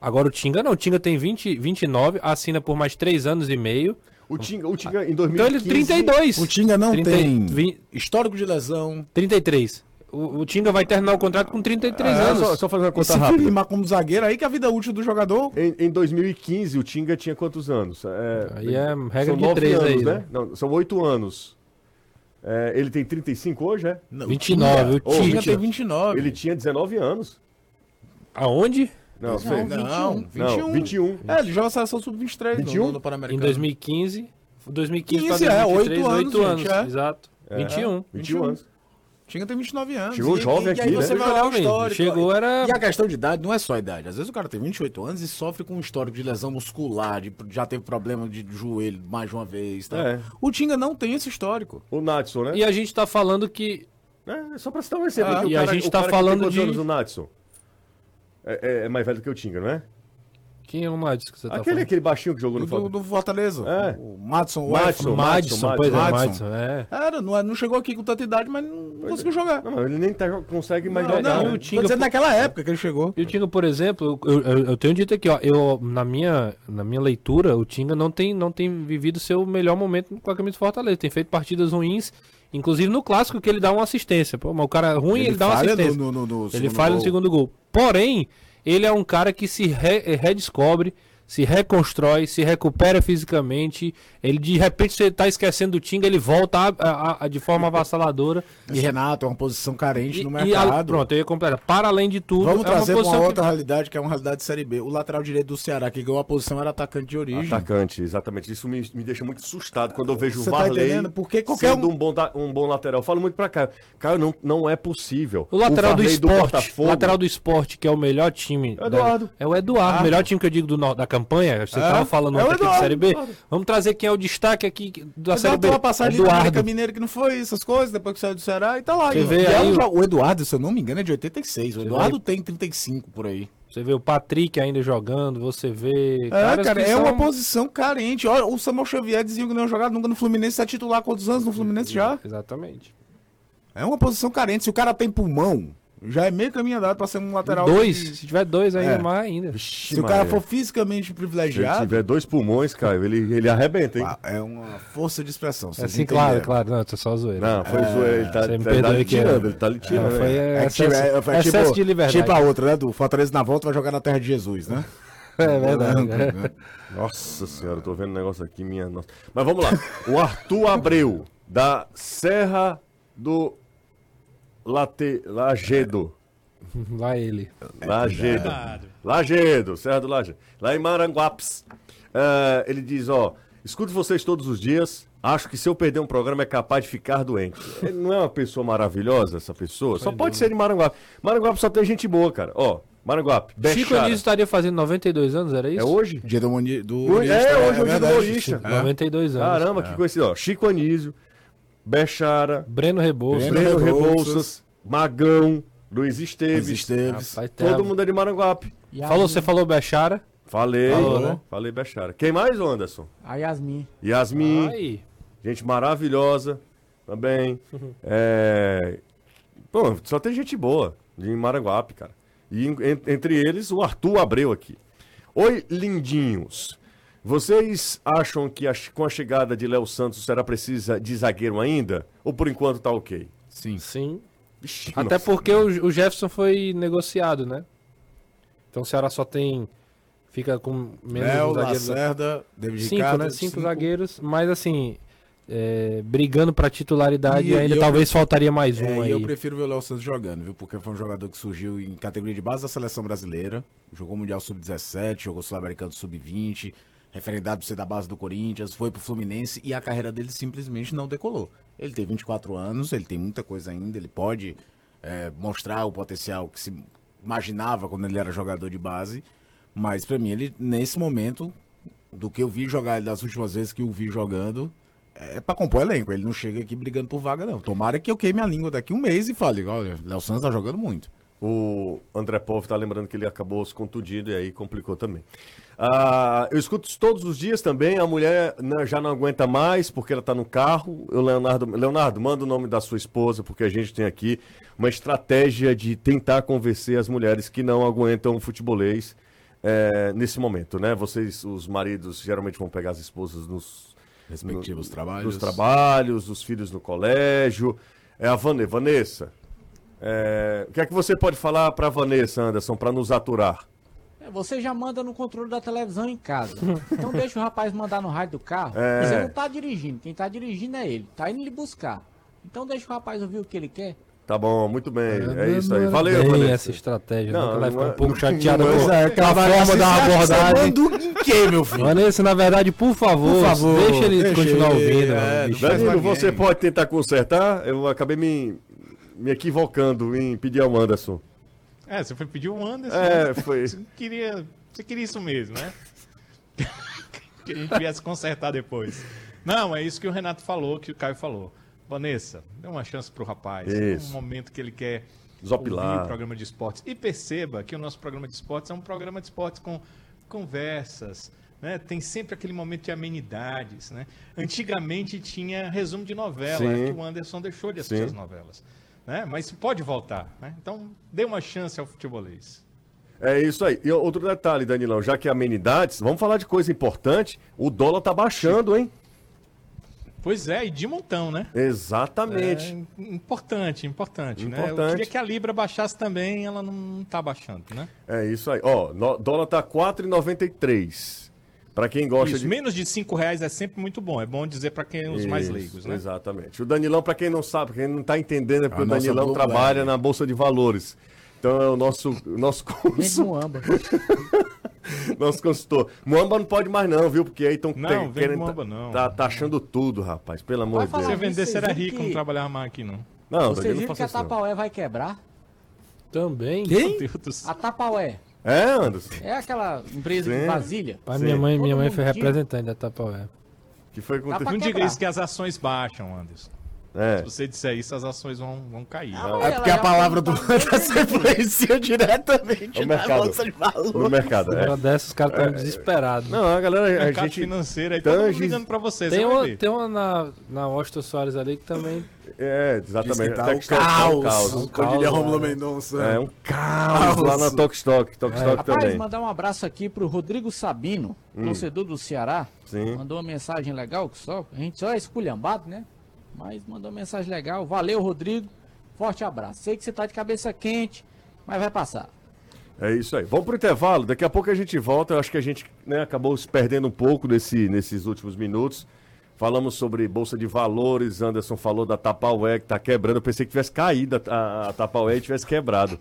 [SPEAKER 7] Agora o Tinga não, o Tinga tem 20, 29, assina por mais 3 anos e meio.
[SPEAKER 1] O Tinga, o Tinga em
[SPEAKER 7] Então
[SPEAKER 1] 2015...
[SPEAKER 7] ele 32.
[SPEAKER 6] O Tinga não
[SPEAKER 7] 30
[SPEAKER 6] tem
[SPEAKER 7] vi-
[SPEAKER 6] histórico de lesão.
[SPEAKER 7] 33. O, o Tinga vai terminar o contrato com
[SPEAKER 6] Ah,
[SPEAKER 7] 33
[SPEAKER 1] É,
[SPEAKER 7] anos.
[SPEAKER 1] só, só fazer uma
[SPEAKER 6] E
[SPEAKER 1] conta
[SPEAKER 6] se
[SPEAKER 1] rápida.
[SPEAKER 6] firmar como zagueiro aí que a vida útil do jogador
[SPEAKER 1] Em, em 2015, o Tinga tinha quantos anos? É,
[SPEAKER 7] Aí é regra
[SPEAKER 1] são
[SPEAKER 7] de
[SPEAKER 1] nove
[SPEAKER 7] três
[SPEAKER 1] anos,
[SPEAKER 7] aí,
[SPEAKER 1] né?
[SPEAKER 7] né?
[SPEAKER 1] Não, são oito anos. É, ele tem 35 hoje, é?
[SPEAKER 6] Não,
[SPEAKER 7] 29, o
[SPEAKER 6] O Tinga
[SPEAKER 7] Tinga.
[SPEAKER 6] tem 29.
[SPEAKER 1] Ele tinha 19 anos.
[SPEAKER 7] Aonde?
[SPEAKER 1] Não, sei.
[SPEAKER 6] Não, não, 21.
[SPEAKER 1] Não, 21.
[SPEAKER 6] É, ele joga a seleção sub-23 no,
[SPEAKER 1] 21?
[SPEAKER 6] no
[SPEAKER 7] Em
[SPEAKER 6] Pan-Americano.
[SPEAKER 7] 2015. 2015 pra
[SPEAKER 6] 15, é,
[SPEAKER 7] 2023,
[SPEAKER 6] oito anos,
[SPEAKER 7] 8 anos.
[SPEAKER 6] gente, é.
[SPEAKER 7] Exato. 21.
[SPEAKER 1] 21 anos.
[SPEAKER 6] Tinga tem 29 anos.
[SPEAKER 1] Chegou
[SPEAKER 6] E-
[SPEAKER 1] jovem
[SPEAKER 6] e,
[SPEAKER 1] aqui,
[SPEAKER 6] e aí
[SPEAKER 1] né?
[SPEAKER 6] você vai olhar o
[SPEAKER 7] Jovem.
[SPEAKER 6] histórico. é.
[SPEAKER 7] Chegou, era-
[SPEAKER 6] E a questão de idade não é só a idade. Às vezes o cara tem 28 anos e sofre com um histórico de lesão muscular, de- já teve problema de joelho mais de uma vez. Tá?
[SPEAKER 1] É.
[SPEAKER 6] O Tinga não tem esse histórico.
[SPEAKER 1] O Natson, né?
[SPEAKER 7] E a gente tá falando que
[SPEAKER 1] É, só pra citar um exemplo.
[SPEAKER 6] Ah,
[SPEAKER 1] que o
[SPEAKER 7] e a
[SPEAKER 1] cara-
[SPEAKER 7] gente
[SPEAKER 1] o
[SPEAKER 7] tá
[SPEAKER 1] cara que tem
[SPEAKER 7] falando
[SPEAKER 1] quantos
[SPEAKER 7] de-
[SPEAKER 1] anos o Natson? É, é- é mais velho que o Tinga, não é?
[SPEAKER 7] quem é o Madis que você tá
[SPEAKER 1] aquele,
[SPEAKER 7] falando?
[SPEAKER 1] aquele baixinho que jogou no
[SPEAKER 6] Do,
[SPEAKER 1] Fortaleza.
[SPEAKER 6] do Fortaleza.
[SPEAKER 1] É.
[SPEAKER 6] O Madson. o
[SPEAKER 1] Madson.
[SPEAKER 6] Efron.
[SPEAKER 7] Madison,
[SPEAKER 1] Madison,
[SPEAKER 7] pois é,
[SPEAKER 6] Madison.
[SPEAKER 7] Madison, é.
[SPEAKER 6] Era, não, é- não chegou aqui com tanta idade, mas não conseguiu jogar.
[SPEAKER 1] Não, mas ele nem tá- consegue mais
[SPEAKER 6] é. Não,
[SPEAKER 1] jogar,
[SPEAKER 6] não,
[SPEAKER 1] né?
[SPEAKER 6] tô
[SPEAKER 7] o Tinga-
[SPEAKER 6] dizendo naquela época que ele chegou.
[SPEAKER 7] E o Tinga, por exemplo, eu, eu- eu tenho dito aqui, ó, eu, na, minha, na minha leitura, o Tinga não tem, não tem vivido seu melhor momento com a camisa do Fortaleza. Tem feito partidas ruins, inclusive no clássico, que ele dá uma assistência. Pô, mas o cara é ruim, ele, dá uma
[SPEAKER 6] falha no-
[SPEAKER 7] assistência.
[SPEAKER 6] no- no- no
[SPEAKER 7] ele
[SPEAKER 6] segundo
[SPEAKER 7] falha no
[SPEAKER 6] gol.
[SPEAKER 7] segundo gol. Porém, ele é um cara que se re- redescobre, se reconstrói, se recupera fisicamente. Ele, de repente, você tá esquecendo do Tinga, ele volta a- a- a- de forma avassaladora.
[SPEAKER 6] E Renato é uma posição carente no
[SPEAKER 7] e a-
[SPEAKER 6] mercado.
[SPEAKER 7] pronto, eu ia completar. Para além de tudo, é
[SPEAKER 6] Vamos trazer
[SPEAKER 7] uma
[SPEAKER 6] pra uma
[SPEAKER 7] posição que-
[SPEAKER 6] outra realidade, que é uma realidade de Série B. O lateral direito do Ceará, que ganhou a posição, era atacante de origem.
[SPEAKER 1] Atacante, exatamente. Isso me, me deixa muito assustado quando eu vejo o
[SPEAKER 6] Você tá
[SPEAKER 1] Varley
[SPEAKER 6] entendendo? Porque qualquer
[SPEAKER 1] sendo
[SPEAKER 6] um-
[SPEAKER 1] um... bom, da- um bom lateral. Eu falo muito pra Caio. Caio, não, não é possível.
[SPEAKER 7] O lateral do
[SPEAKER 1] Varley
[SPEAKER 7] esporte,
[SPEAKER 1] Botafogo-
[SPEAKER 7] lateral do esporte, que é o melhor time. da-
[SPEAKER 1] Eduardo.
[SPEAKER 7] é o Eduardo, o melhor time que eu digo do, nor- da campanha. Você estava falando
[SPEAKER 6] Ah. é o
[SPEAKER 7] ontem aqui da
[SPEAKER 6] Eduardo,
[SPEAKER 7] Série B.
[SPEAKER 6] Eduardo.
[SPEAKER 7] Vamos trazer quem é o destaque aqui da
[SPEAKER 6] Mas ela
[SPEAKER 7] Série B.
[SPEAKER 6] tem uma passagem do América
[SPEAKER 7] Eduardo.
[SPEAKER 6] Mineiro que não foi essas coisas, depois que saiu do Ceará e tá lá.
[SPEAKER 7] Você
[SPEAKER 6] E-
[SPEAKER 7] vê
[SPEAKER 6] e é
[SPEAKER 7] aí
[SPEAKER 6] um
[SPEAKER 7] o-
[SPEAKER 6] jo- o Eduardo, se eu não me engano, é de 86. O
[SPEAKER 7] Você
[SPEAKER 6] Eduardo tem 35 por aí.
[SPEAKER 7] Você vê o Patrick ainda jogando, você vê...
[SPEAKER 6] É,
[SPEAKER 7] caras
[SPEAKER 6] cara,
[SPEAKER 7] que
[SPEAKER 6] é
[SPEAKER 7] são-
[SPEAKER 6] uma posição carente. Olha, o Samuel Xavier dizia que não jogado nunca no Fluminense, é titular há quantos anos no Fluminense já?
[SPEAKER 7] Exatamente.
[SPEAKER 6] É uma posição carente. Se o cara tem pulmão, já é meio caminho andado pra ser um lateral.
[SPEAKER 7] Dois,
[SPEAKER 6] que-
[SPEAKER 7] se tiver dois ainda,
[SPEAKER 6] É.
[SPEAKER 7] mais ainda.
[SPEAKER 6] Se
[SPEAKER 1] Vixe,
[SPEAKER 6] o cara
[SPEAKER 1] Maria.
[SPEAKER 6] for fisicamente
[SPEAKER 1] Se ele
[SPEAKER 6] privilegiado,
[SPEAKER 1] tiver dois pulmões, Caio, ele, ele arrebenta, hein?
[SPEAKER 6] ah, é uma força de expressão.
[SPEAKER 7] É
[SPEAKER 6] vocês
[SPEAKER 7] assim,
[SPEAKER 6] entenderam.
[SPEAKER 7] claro, claro. Não, tô só zoeira.
[SPEAKER 1] Não, foi zoeiro. Ele tá,
[SPEAKER 7] É, você me
[SPEAKER 1] tá, tá
[SPEAKER 7] perdoe
[SPEAKER 1] lhe
[SPEAKER 7] que é.
[SPEAKER 1] tirando, ele tá lhe
[SPEAKER 7] É,
[SPEAKER 1] tirando.
[SPEAKER 7] foi
[SPEAKER 1] né?
[SPEAKER 6] É,
[SPEAKER 7] excesso,
[SPEAKER 6] tipo, é, foi
[SPEAKER 7] excesso
[SPEAKER 6] tipo-
[SPEAKER 7] de liberdade.
[SPEAKER 6] Tipo a outra, né? Do Fortaleza na volta vai jogar na terra de Jesus, né?
[SPEAKER 7] É verdade. cara.
[SPEAKER 1] Nossa senhora, eu tô vendo um negócio aqui, minha nossa. Mas vamos lá. O Arthur Abreu, da Serra do Late... Lagedo.
[SPEAKER 7] Vai ele.
[SPEAKER 1] Lagedo.
[SPEAKER 5] cuidado.
[SPEAKER 1] É Lagedo, Serra do Lagedo. Lá em Maranguapes. Ah, ele diz, ó, escuto vocês todos os dias. Acho que se eu perder um programa é capaz de ficar doente. Ele não é uma pessoa maravilhosa, essa pessoa? Só pode ser de Maranguape. Maranguape só tem gente boa, cara. Ó, Maranguape,
[SPEAKER 7] Chico
[SPEAKER 1] Bechara.
[SPEAKER 7] Anísio tá estaria fazendo 92 anos, era isso?
[SPEAKER 1] É hoje?
[SPEAKER 6] Dia do Moni- do
[SPEAKER 1] Hoje-
[SPEAKER 6] Murista,
[SPEAKER 1] é, hoje é o dia do
[SPEAKER 6] né? verdade.
[SPEAKER 1] Murista.
[SPEAKER 6] É.
[SPEAKER 7] 92 anos.
[SPEAKER 1] Caramba, que coincidência. ó. Chico Anísio, Bechara,
[SPEAKER 7] Breno Rebouças.
[SPEAKER 6] Breno
[SPEAKER 1] Breno
[SPEAKER 6] Rebouças,
[SPEAKER 1] Rebouças, Magão, Luiz Esteves.
[SPEAKER 6] Luiz Esteves.
[SPEAKER 7] Rapaz, tem
[SPEAKER 1] Todo
[SPEAKER 7] a-
[SPEAKER 1] mundo é de Maranguape.
[SPEAKER 7] Falou, você falou Bechara.
[SPEAKER 1] Falei,
[SPEAKER 7] Falou, né?
[SPEAKER 1] falei Bechara. Quem mais, ô Anderson?
[SPEAKER 4] A Yasmin.
[SPEAKER 1] Yasmin,
[SPEAKER 7] Aí.
[SPEAKER 1] gente maravilhosa também. É, Pô, só tem gente boa em Maranguape, cara. E en- en- entre eles, o Arthur Abreu aqui. Oi, lindinhos. Vocês acham que a che- com a chegada de Léo Santos será precisa de zagueiro ainda? Ou por enquanto tá ok?
[SPEAKER 6] Sim.
[SPEAKER 7] Sim.
[SPEAKER 1] Ixi,
[SPEAKER 7] Até
[SPEAKER 1] nossa.
[SPEAKER 7] porque o, o Jefferson foi negociado, né? Então o Ceará só tem. Fica com menos
[SPEAKER 6] Léo,
[SPEAKER 7] um zagueiro.
[SPEAKER 6] Lacerda, David
[SPEAKER 7] Cinco,
[SPEAKER 6] Ricardo.
[SPEAKER 7] né? Cinco, zagueiros, mas assim. é, brigando pra titularidade,
[SPEAKER 6] E-
[SPEAKER 7] ainda
[SPEAKER 6] e eu
[SPEAKER 7] talvez faltaria mais
[SPEAKER 6] É,
[SPEAKER 7] um
[SPEAKER 6] e
[SPEAKER 7] aí.
[SPEAKER 6] eu prefiro ver o Léo Santos jogando, viu? Porque foi um jogador que surgiu em categoria de base da seleção brasileira. Jogou Mundial Sub-17, jogou Sul-Americano Sub-20, referendado por ser da base do Corinthians, foi pro Fluminense e a carreira dele simplesmente não decolou. Ele tem 24 anos, ele tem muita coisa ainda, ele pode é, mostrar o potencial que se imaginava quando ele era jogador de base. Mas pra mim, ele, nesse momento, do que eu vi jogar ele das últimas vezes que eu vi jogando, é pra compor elenco. Ele não chega aqui brigando por vaga, não. Tomara que eu queime a língua daqui um mês e fale, olha, Léo Santos tá jogando muito.
[SPEAKER 1] O André Povo tá lembrando que ele acabou se contundido e aí complicou também. Ah, eu escuto isso todos os dias também. A mulher né, já não aguenta mais porque ela tá no carro. O Leonardo, Leonardo, manda o nome da sua esposa, porque a gente tem aqui uma estratégia de tentar convencer as mulheres que não aguentam o futebolês eh, nesse momento, né? Vocês, os maridos, geralmente vão pegar as esposas nos
[SPEAKER 6] Respectivos
[SPEAKER 1] no-
[SPEAKER 6] trabalhos.
[SPEAKER 1] Nos trabalhos, os filhos no colégio. É a Vane, Vanessa. é, o que é que você pode falar para Vanessa, Anderson, para nos aturar?
[SPEAKER 4] É, Você já manda no controle da televisão em casa. Então deixa o rapaz mandar no rádio do carro.
[SPEAKER 1] É.
[SPEAKER 4] Você não tá dirigindo. Quem tá dirigindo é ele. Tá indo lhe buscar. Então deixa o rapaz ouvir o que ele quer.
[SPEAKER 1] Tá bom, muito bem. É isso aí. Valeu,
[SPEAKER 7] Bem
[SPEAKER 1] Vanessa.
[SPEAKER 7] essa estratégia.
[SPEAKER 1] Não,
[SPEAKER 7] Não, ela
[SPEAKER 1] não
[SPEAKER 7] vai ficar
[SPEAKER 1] é-
[SPEAKER 7] um pouco
[SPEAKER 1] não-
[SPEAKER 7] chateada
[SPEAKER 1] não é-
[SPEAKER 7] com,
[SPEAKER 1] é,
[SPEAKER 7] com a forma da abordagem.
[SPEAKER 6] em quê, meu filho?
[SPEAKER 7] Vanessa, na verdade, por favor,
[SPEAKER 6] favor,
[SPEAKER 7] deixa ele
[SPEAKER 6] deixa
[SPEAKER 7] continuar
[SPEAKER 6] ele,
[SPEAKER 7] ouvindo. né,
[SPEAKER 6] é,
[SPEAKER 7] bicho.
[SPEAKER 6] vai-
[SPEAKER 1] Danilo,
[SPEAKER 6] Faz
[SPEAKER 1] você
[SPEAKER 6] alguém.
[SPEAKER 1] pode tentar consertar? Eu acabei me, me equivocando em pedir ao Anderson.
[SPEAKER 5] É, você foi pedir o Anderson.
[SPEAKER 1] É,
[SPEAKER 5] né?
[SPEAKER 1] foi.
[SPEAKER 5] Você queria, você queria isso mesmo, né? que a gente viesse consertar depois. Não, é isso que o Renato falou, que o Caio falou. Vanessa, dê uma chance pro rapaz.
[SPEAKER 1] Isso.
[SPEAKER 5] Um momento que ele quer
[SPEAKER 1] Zopilar.
[SPEAKER 5] ouvir o programa de esportes. E perceba que o nosso programa de esportes é um programa de esportes com conversas, né? Tem sempre aquele momento de amenidades, né? Antigamente tinha resumo de novela,
[SPEAKER 1] Sim.
[SPEAKER 5] que o Anderson deixou de assistir
[SPEAKER 1] Sim.
[SPEAKER 5] as novelas. Né? Mas pode voltar. Né? Então, dê uma chance ao futebolês.
[SPEAKER 1] É isso aí. E outro detalhe, Danilão, já que é amenidades, vamos falar de coisa importante. O dólar tá baixando, hein?
[SPEAKER 5] Pois é, e de montão, né?
[SPEAKER 1] Exatamente.
[SPEAKER 5] É, importante, importante, né? Eu
[SPEAKER 1] Importante.
[SPEAKER 5] queria que a Libra baixasse também, ela não tá baixando, né?
[SPEAKER 1] É isso aí. Ó, no- dólar tá 4,93. Pra quem gosta
[SPEAKER 5] Isso,
[SPEAKER 1] de
[SPEAKER 5] menos de 5 reais é sempre muito bom. É bom dizer para quem os mais
[SPEAKER 1] Isso,
[SPEAKER 5] leigos, né?
[SPEAKER 1] Exatamente. O Danilão, pra quem não sabe, pra quem não tá entendendo, é porque
[SPEAKER 6] A
[SPEAKER 1] o
[SPEAKER 6] nossa
[SPEAKER 1] Danilão
[SPEAKER 6] Bloomberg.
[SPEAKER 1] trabalha na bolsa de valores. Então é o nosso o nosso
[SPEAKER 4] Vende
[SPEAKER 1] consul,
[SPEAKER 4] no âmbar.
[SPEAKER 1] nosso consultor. Muamba não pode mais não, viu? Porque aí estão
[SPEAKER 5] Não, vende Muamba não.
[SPEAKER 1] Tá taxando tudo, rapaz. Pelo amor
[SPEAKER 4] Vai
[SPEAKER 1] de
[SPEAKER 4] falar
[SPEAKER 5] Se eu
[SPEAKER 1] Deus.
[SPEAKER 4] vendo-
[SPEAKER 5] vender,
[SPEAKER 4] Vocês
[SPEAKER 5] será
[SPEAKER 4] viram
[SPEAKER 5] rico,
[SPEAKER 4] que-
[SPEAKER 5] não trabalhava mais aqui, não.
[SPEAKER 1] Não,
[SPEAKER 4] Vocês
[SPEAKER 1] Danilo, não
[SPEAKER 4] viram que
[SPEAKER 1] faça
[SPEAKER 4] tá a
[SPEAKER 1] isso. não.
[SPEAKER 4] Tapaué vai quebrar?
[SPEAKER 7] Também.
[SPEAKER 5] Meu Deus do céu.
[SPEAKER 4] A Tapaué
[SPEAKER 1] É, Anderson.
[SPEAKER 4] é aquela empresa
[SPEAKER 1] Sim.
[SPEAKER 4] de Brasília.
[SPEAKER 7] Mas
[SPEAKER 1] Sim.
[SPEAKER 7] minha mãe,
[SPEAKER 4] Todo
[SPEAKER 7] minha mãe
[SPEAKER 4] mundo
[SPEAKER 7] foi
[SPEAKER 4] tira.
[SPEAKER 7] representante da Tapaué.
[SPEAKER 1] Que foi
[SPEAKER 4] Tá
[SPEAKER 1] contra...
[SPEAKER 4] pra
[SPEAKER 5] Não diga
[SPEAKER 4] quebrar.
[SPEAKER 5] isso que as ações baixam, Anderson.
[SPEAKER 1] É.
[SPEAKER 5] Se você disser isso, as ações vão, vão cair.
[SPEAKER 1] Ah,
[SPEAKER 6] É porque a palavra do Manta se influenciou diretamente
[SPEAKER 1] O
[SPEAKER 6] na
[SPEAKER 1] mercado.
[SPEAKER 6] bolsa de
[SPEAKER 1] No
[SPEAKER 6] valor.
[SPEAKER 1] mercado, é.
[SPEAKER 7] Uma dessas, os caras estão desesperados. né?
[SPEAKER 1] Não, a
[SPEAKER 5] o
[SPEAKER 1] galera, a
[SPEAKER 5] mercado
[SPEAKER 1] gente...
[SPEAKER 5] financeiro aí, todo mundo
[SPEAKER 1] Tanges-
[SPEAKER 5] ligando pra você,
[SPEAKER 7] Tem
[SPEAKER 5] você vai
[SPEAKER 7] uma,
[SPEAKER 5] ver.
[SPEAKER 7] tem uma na, na Washington Soares ali que também.
[SPEAKER 1] É,
[SPEAKER 6] Diz
[SPEAKER 1] exatamente.
[SPEAKER 6] que tá
[SPEAKER 1] Até
[SPEAKER 6] o
[SPEAKER 1] que está- tá um
[SPEAKER 6] caos.
[SPEAKER 1] caos.
[SPEAKER 6] O Cordilha
[SPEAKER 7] caos,
[SPEAKER 6] Romulo
[SPEAKER 7] né?
[SPEAKER 6] Mendonça.
[SPEAKER 1] É um caos lá na Tok Stock.
[SPEAKER 7] É.
[SPEAKER 1] Tok Stock
[SPEAKER 4] Rapaz,
[SPEAKER 1] também. Hum.
[SPEAKER 4] mandar um abraço aqui pro Rodrigo Sabino, torcedor do Ceará.
[SPEAKER 1] Sim.
[SPEAKER 4] Mandou uma mensagem legal, que só a gente só é esculhambado, né? Mas mandou uma mensagem legal. Valeu, Rodrigo. Forte abraço. Sei que você tá de cabeça quente, mas vai passar.
[SPEAKER 1] É isso aí. Vamos pro intervalo. Daqui a pouco a gente volta. Eu acho que a gente né, acabou se perdendo um pouco nesse, nesses últimos minutos. Falamos sobre Bolsa de Valores, Anderson falou da Tapaué que tá quebrando. Eu pensei que tivesse caído a, a, a Tapaué e tivesse quebrado.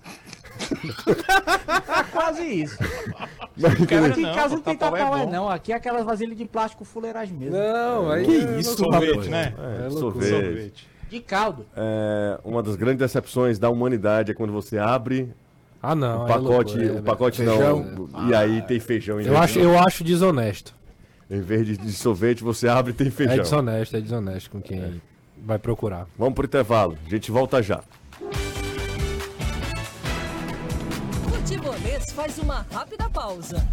[SPEAKER 4] Tá quase isso.
[SPEAKER 5] Cara,
[SPEAKER 4] Aqui em casa
[SPEAKER 5] o
[SPEAKER 4] não tem
[SPEAKER 5] Tapaué é
[SPEAKER 4] tapaué,
[SPEAKER 5] bom.
[SPEAKER 4] não. Aqui é aquelas vasilhas de plástico fuleiragem mesmo.
[SPEAKER 7] Não, aí.
[SPEAKER 6] Que isso,
[SPEAKER 5] Sorvete,
[SPEAKER 6] rapaz?
[SPEAKER 5] né?
[SPEAKER 1] É,
[SPEAKER 7] É loucura.
[SPEAKER 1] sorvete.
[SPEAKER 5] Sorvete.
[SPEAKER 4] De caldo.
[SPEAKER 1] É, uma das grandes decepções da humanidade é quando você abre
[SPEAKER 7] Ah, não.
[SPEAKER 1] o
[SPEAKER 7] é
[SPEAKER 1] pacote.
[SPEAKER 7] loucura, é,
[SPEAKER 1] o pacote é
[SPEAKER 6] Feijão.
[SPEAKER 1] não. E aí tem feijão em
[SPEAKER 7] velho. Eu acho, eu acho desonesto.
[SPEAKER 1] Em vez de, de sorvete, você abre e tem
[SPEAKER 7] É
[SPEAKER 1] feijão.
[SPEAKER 7] desonesto, é desonesto com quem vai procurar.
[SPEAKER 1] Vamos pro intervalo. A gente volta já.
[SPEAKER 2] Futebol Futebolês faz uma rápida pausa.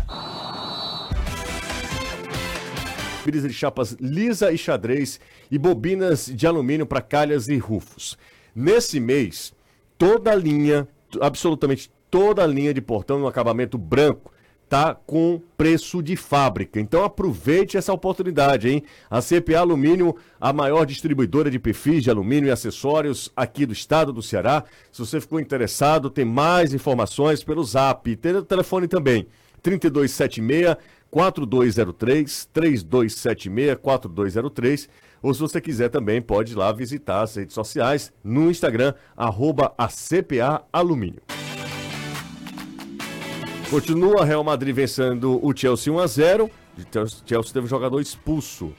[SPEAKER 1] brisa de chapas lisa e xadrez e bobinas de alumínio para calhas e rufos. Nesse mês, toda a linha, t- absolutamente toda a linha de portão no acabamento branco tá com preço de fábrica. Então aproveite essa oportunidade, hein? A CPA Alumínio, a maior distribuidora de perfis de alumínio e acessórios aqui do estado do Ceará. Se você ficou interessado, tem mais informações pelo Zap, tem telefone também. 3276 4203 3276 4203 ou se você quiser também pode ir lá visitar as redes sociais no Instagram arroba ACPA Alumínio. Continua Real Madrid vencendo o Chelsea 1 a 0. Então, o Chelsea teve um jogador expulso.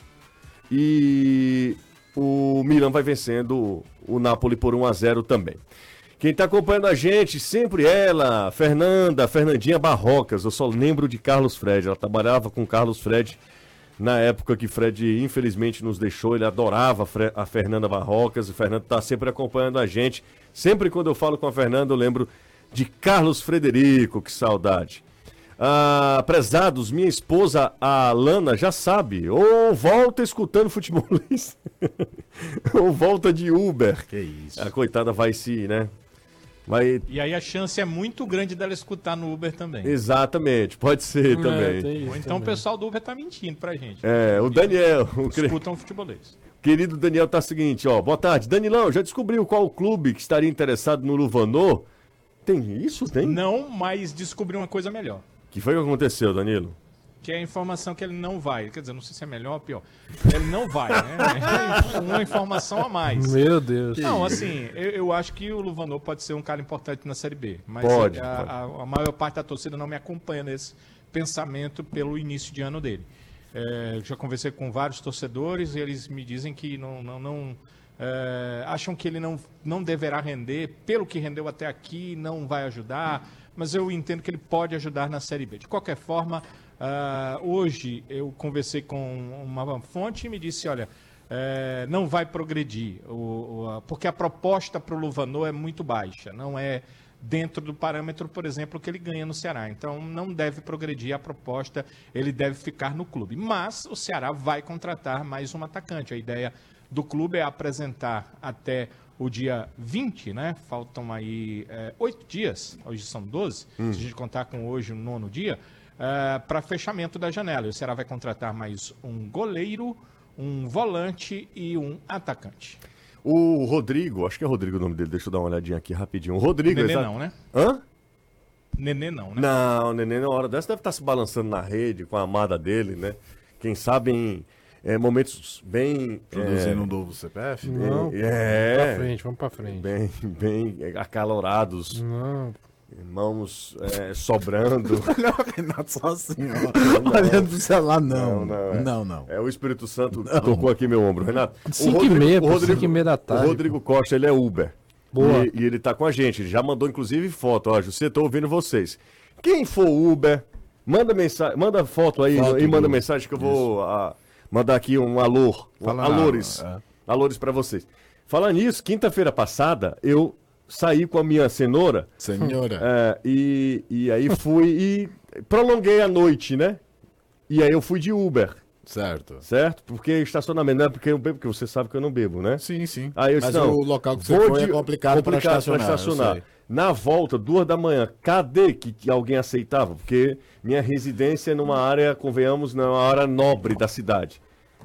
[SPEAKER 1] E o Milan vai vencendo o Napoli por 1 a 0 também. Quem está acompanhando a gente, sempre ela, Fernanda, Fernandinha Barrocas. Eu só lembro de Carlos Fred. Ela trabalhava com Carlos Fred na época que Fred, infelizmente, nos deixou. Ele adorava a Fre- a Fernanda Barrocas. O Fernando está sempre acompanhando a gente. Sempre quando eu falo com a Fernanda, eu lembro de Carlos Frederico. Que saudade. Ah, prezados, minha esposa, a Alana, já sabe. Ou volta escutando futebolista. ou volta de Uber.
[SPEAKER 6] Que isso.
[SPEAKER 1] A coitada vai se, né? Vai.
[SPEAKER 5] E aí a chance é muito grande dela escutar no Uber também.
[SPEAKER 1] Exatamente, pode ser
[SPEAKER 7] É,
[SPEAKER 1] também.
[SPEAKER 5] Ou então o pessoal do Uber tá mentindo pra gente.
[SPEAKER 1] É, o Daniel, o cre-
[SPEAKER 5] Escutam futebolês.
[SPEAKER 1] querido Daniel tá o seguinte, ó. Boa tarde. Danilão, já descobriu qual clube que estaria interessado no Luvanor? Tem isso? Tem?
[SPEAKER 5] Não, mas descobri uma coisa melhor.
[SPEAKER 1] Que foi que aconteceu, Danilo?
[SPEAKER 5] Que é a informação que ele não vai. Quer dizer, não sei se é melhor ou pior. Ele não vai, né? É uma informação a mais.
[SPEAKER 7] Meu Deus.
[SPEAKER 5] Não, assim, eu, eu acho que o Luvanor pode ser um cara importante na Série B. Mas
[SPEAKER 1] Pode,
[SPEAKER 5] a,
[SPEAKER 1] pode.
[SPEAKER 5] a- a maior parte da torcida não me acompanha nesse pensamento pelo início de ano dele. É, já conversei com vários torcedores e eles me dizem que não, não, não, é, acham que ele não, não deverá render, pelo que rendeu até aqui, não vai ajudar. Mas eu entendo que ele pode ajudar na Série B. De qualquer forma, ah, hoje eu conversei com uma fonte e me disse: olha, é, não vai progredir, o- o- a- porque a proposta para o Luvanor é muito baixa, não é dentro do parâmetro, por exemplo, que ele ganha no Ceará. Então, não deve progredir a proposta, ele deve ficar no clube. Mas o Ceará vai contratar mais um atacante. A ideia do clube é apresentar até o dia 20, né? Faltam aí é, oito dias, hoje são 12, se a gente contar com hoje o nono dia, para fechamento da janela. E O Ceará vai contratar mais um goleiro, um volante e um atacante.
[SPEAKER 1] O Rodrigo, acho que é Rodrigo o nome dele, deixa eu dar uma olhadinha aqui rapidinho. O Rodrigo,
[SPEAKER 5] Nenê
[SPEAKER 1] exato.
[SPEAKER 5] não, né?
[SPEAKER 1] Hã?
[SPEAKER 5] Nenê não, né?
[SPEAKER 1] Não, o neném na hora dessa deve estar se balançando na rede com a amada dele, né? Quem sabe em eh, momentos bem.
[SPEAKER 6] Produzindo um novo CPF?
[SPEAKER 7] Não,
[SPEAKER 1] eh, é,
[SPEAKER 7] pra frente, vamos pra frente.
[SPEAKER 1] bem, bem acalorados,
[SPEAKER 7] Não,
[SPEAKER 1] mãos eh, sobrando.
[SPEAKER 6] Olha o Renato só assim, ó. Olhando pro celular, não. Não, não.
[SPEAKER 1] é. É, o Espírito Santo tocou aqui meu ombro, Renato. O
[SPEAKER 7] Cinco e
[SPEAKER 1] Rodrigo-
[SPEAKER 7] meia,
[SPEAKER 1] o
[SPEAKER 7] pô,
[SPEAKER 1] Rodrigo-
[SPEAKER 7] cinco e meia da
[SPEAKER 6] Tá,
[SPEAKER 7] tarde,
[SPEAKER 1] O Rodrigo Costa, ele é Uber.
[SPEAKER 7] Boa.
[SPEAKER 1] E, e ele tá com a gente, ele já mandou inclusive foto, ó, José, tô ouvindo vocês. Quem for Uber, manda mensagem, manda foto aí
[SPEAKER 6] Foto
[SPEAKER 1] e manda
[SPEAKER 6] do-
[SPEAKER 1] mensagem que eu vou ah, mandar aqui um alô, um
[SPEAKER 6] Fala-
[SPEAKER 1] alores,
[SPEAKER 6] é.
[SPEAKER 1] alores para vocês. Falando nisso, quinta-feira passada eu saí com a minha cenoura
[SPEAKER 6] Senhora.
[SPEAKER 1] é, e, e aí fui e prolonguei a noite, né? E aí eu fui de Uber.
[SPEAKER 6] É. Certo.
[SPEAKER 1] Certo? Porque estacionamento não é porque eu bebo, porque você sabe que eu não bebo, né?
[SPEAKER 6] Sim, sim.
[SPEAKER 1] Aí eu
[SPEAKER 6] Mas
[SPEAKER 1] disse, não,
[SPEAKER 6] o local que você
[SPEAKER 1] vou
[SPEAKER 6] foi é
[SPEAKER 1] de-
[SPEAKER 6] complicado, pra
[SPEAKER 1] complicado
[SPEAKER 6] estacionar. eu sei.
[SPEAKER 1] Na volta, duas da manhã, cadê que, que alguém aceitava? Porque minha residência é numa área, convenhamos, não é uma área nobre da cidade.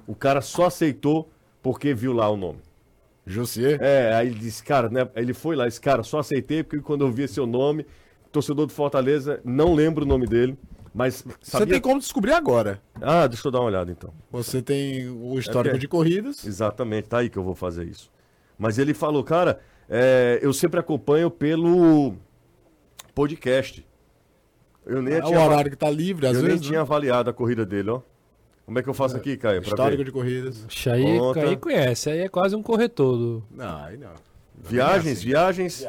[SPEAKER 1] O cara só aceitou porque viu lá o nome.
[SPEAKER 6] Jussier?
[SPEAKER 1] É, aí ele disse, cara, né? Ele foi lá, esse cara, só aceitei porque quando eu vi seu nome, torcedor do Fortaleza, não lembro o nome dele, mas
[SPEAKER 6] Você
[SPEAKER 1] sabia...
[SPEAKER 6] tem como descobrir agora.
[SPEAKER 1] Ah, deixa eu dar uma olhada então.
[SPEAKER 6] Você tem o histórico
[SPEAKER 1] É porque-
[SPEAKER 6] de corridas.
[SPEAKER 1] Exatamente, tá aí que eu vou fazer isso. Mas ele falou, cara, é, eu sempre acompanho pelo podcast. Eu nem,
[SPEAKER 6] É o
[SPEAKER 1] tinha, ava-
[SPEAKER 6] horário que tá livre, às
[SPEAKER 1] eu nem
[SPEAKER 6] vezes.
[SPEAKER 1] tinha
[SPEAKER 6] né?
[SPEAKER 1] avaliado a corrida dele, ó. Como é que eu faço aqui, Caio? pra
[SPEAKER 6] Histórico
[SPEAKER 1] ver?
[SPEAKER 6] de corridas.
[SPEAKER 7] Ixi, aí,
[SPEAKER 1] Conta.
[SPEAKER 7] aí conhece, aí é quase um corretor. Do...
[SPEAKER 6] Não, aí não.
[SPEAKER 1] Viagens, viagens,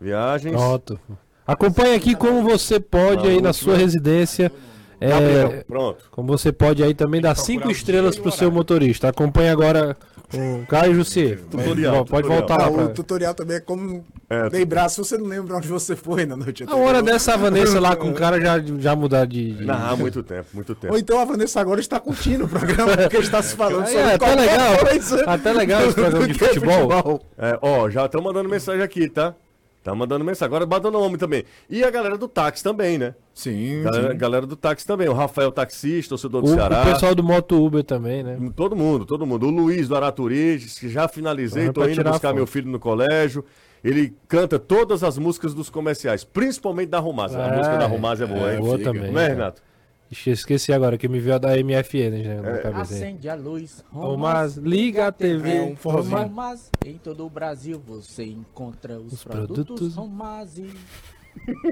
[SPEAKER 1] viagens.
[SPEAKER 7] Pronto. Acompanhe aqui como você pode aí na sua residência É,
[SPEAKER 1] Gabriel, Tá então, pronto.
[SPEAKER 7] Como você pode aí também dar
[SPEAKER 1] um
[SPEAKER 7] cinco
[SPEAKER 5] o
[SPEAKER 7] estrelas
[SPEAKER 5] dia e
[SPEAKER 7] pro
[SPEAKER 5] o
[SPEAKER 7] seu
[SPEAKER 5] horário.
[SPEAKER 7] motorista. Acompanhe agora o Caio Jussier.
[SPEAKER 1] Tutorial,
[SPEAKER 7] Pode
[SPEAKER 1] tutorial.
[SPEAKER 7] voltar lá.
[SPEAKER 6] Ah, o
[SPEAKER 7] pra-
[SPEAKER 6] tutorial também é como
[SPEAKER 1] É,
[SPEAKER 6] lembrar, se você não lembra onde você foi na noite
[SPEAKER 7] A hora né?
[SPEAKER 6] anterior.
[SPEAKER 7] dessa a Vanessa lá com o cara já, já mudar de. de-
[SPEAKER 1] Não, há muito tempo, muito tempo.
[SPEAKER 6] Ou então a Vanessa agora está curtindo o programa, porque está se falando
[SPEAKER 7] É,
[SPEAKER 6] sobre
[SPEAKER 7] até
[SPEAKER 6] qualquer
[SPEAKER 7] legal.
[SPEAKER 6] coisa
[SPEAKER 7] Até legal esse programa
[SPEAKER 6] do
[SPEAKER 7] de
[SPEAKER 6] que
[SPEAKER 7] futebol.
[SPEAKER 1] É, ó, já estão mandando mensagem aqui, tá? Tá mandando mensagem. Agora bata o nome também. E a galera do táxi também, né?
[SPEAKER 6] Sim,
[SPEAKER 1] Galera,
[SPEAKER 6] sim.
[SPEAKER 1] galera do táxi também. O Rafael Taxista, torcedor
[SPEAKER 7] O,
[SPEAKER 1] do Ceará.
[SPEAKER 7] o pessoal do Moto Uber também, né?
[SPEAKER 1] Todo mundo, todo mundo. O Luiz do Araturi, diz que já finalizei,
[SPEAKER 7] Então é
[SPEAKER 1] tô
[SPEAKER 7] pra
[SPEAKER 1] indo
[SPEAKER 7] tirar a
[SPEAKER 1] buscar
[SPEAKER 7] foto.
[SPEAKER 1] meu filho no colégio. Ele canta todas as músicas dos comerciais, principalmente da Romasa. a
[SPEAKER 7] É,
[SPEAKER 1] música da Romasa é boa,
[SPEAKER 7] é
[SPEAKER 1] hein?
[SPEAKER 7] boa
[SPEAKER 1] Fica.
[SPEAKER 7] também,
[SPEAKER 1] Não é,
[SPEAKER 7] cara.
[SPEAKER 1] Renato?
[SPEAKER 7] Ixi, esqueci agora que me viu a da MFN, né? Na
[SPEAKER 1] é.
[SPEAKER 7] cabeça aí.
[SPEAKER 4] Acende a luz,
[SPEAKER 7] Tomás, liga a TV.
[SPEAKER 6] É um forrozinho.
[SPEAKER 4] Tomás, em todo o Brasil você encontra os,
[SPEAKER 7] Os
[SPEAKER 4] produtos,
[SPEAKER 7] produtos.
[SPEAKER 4] Tomás e...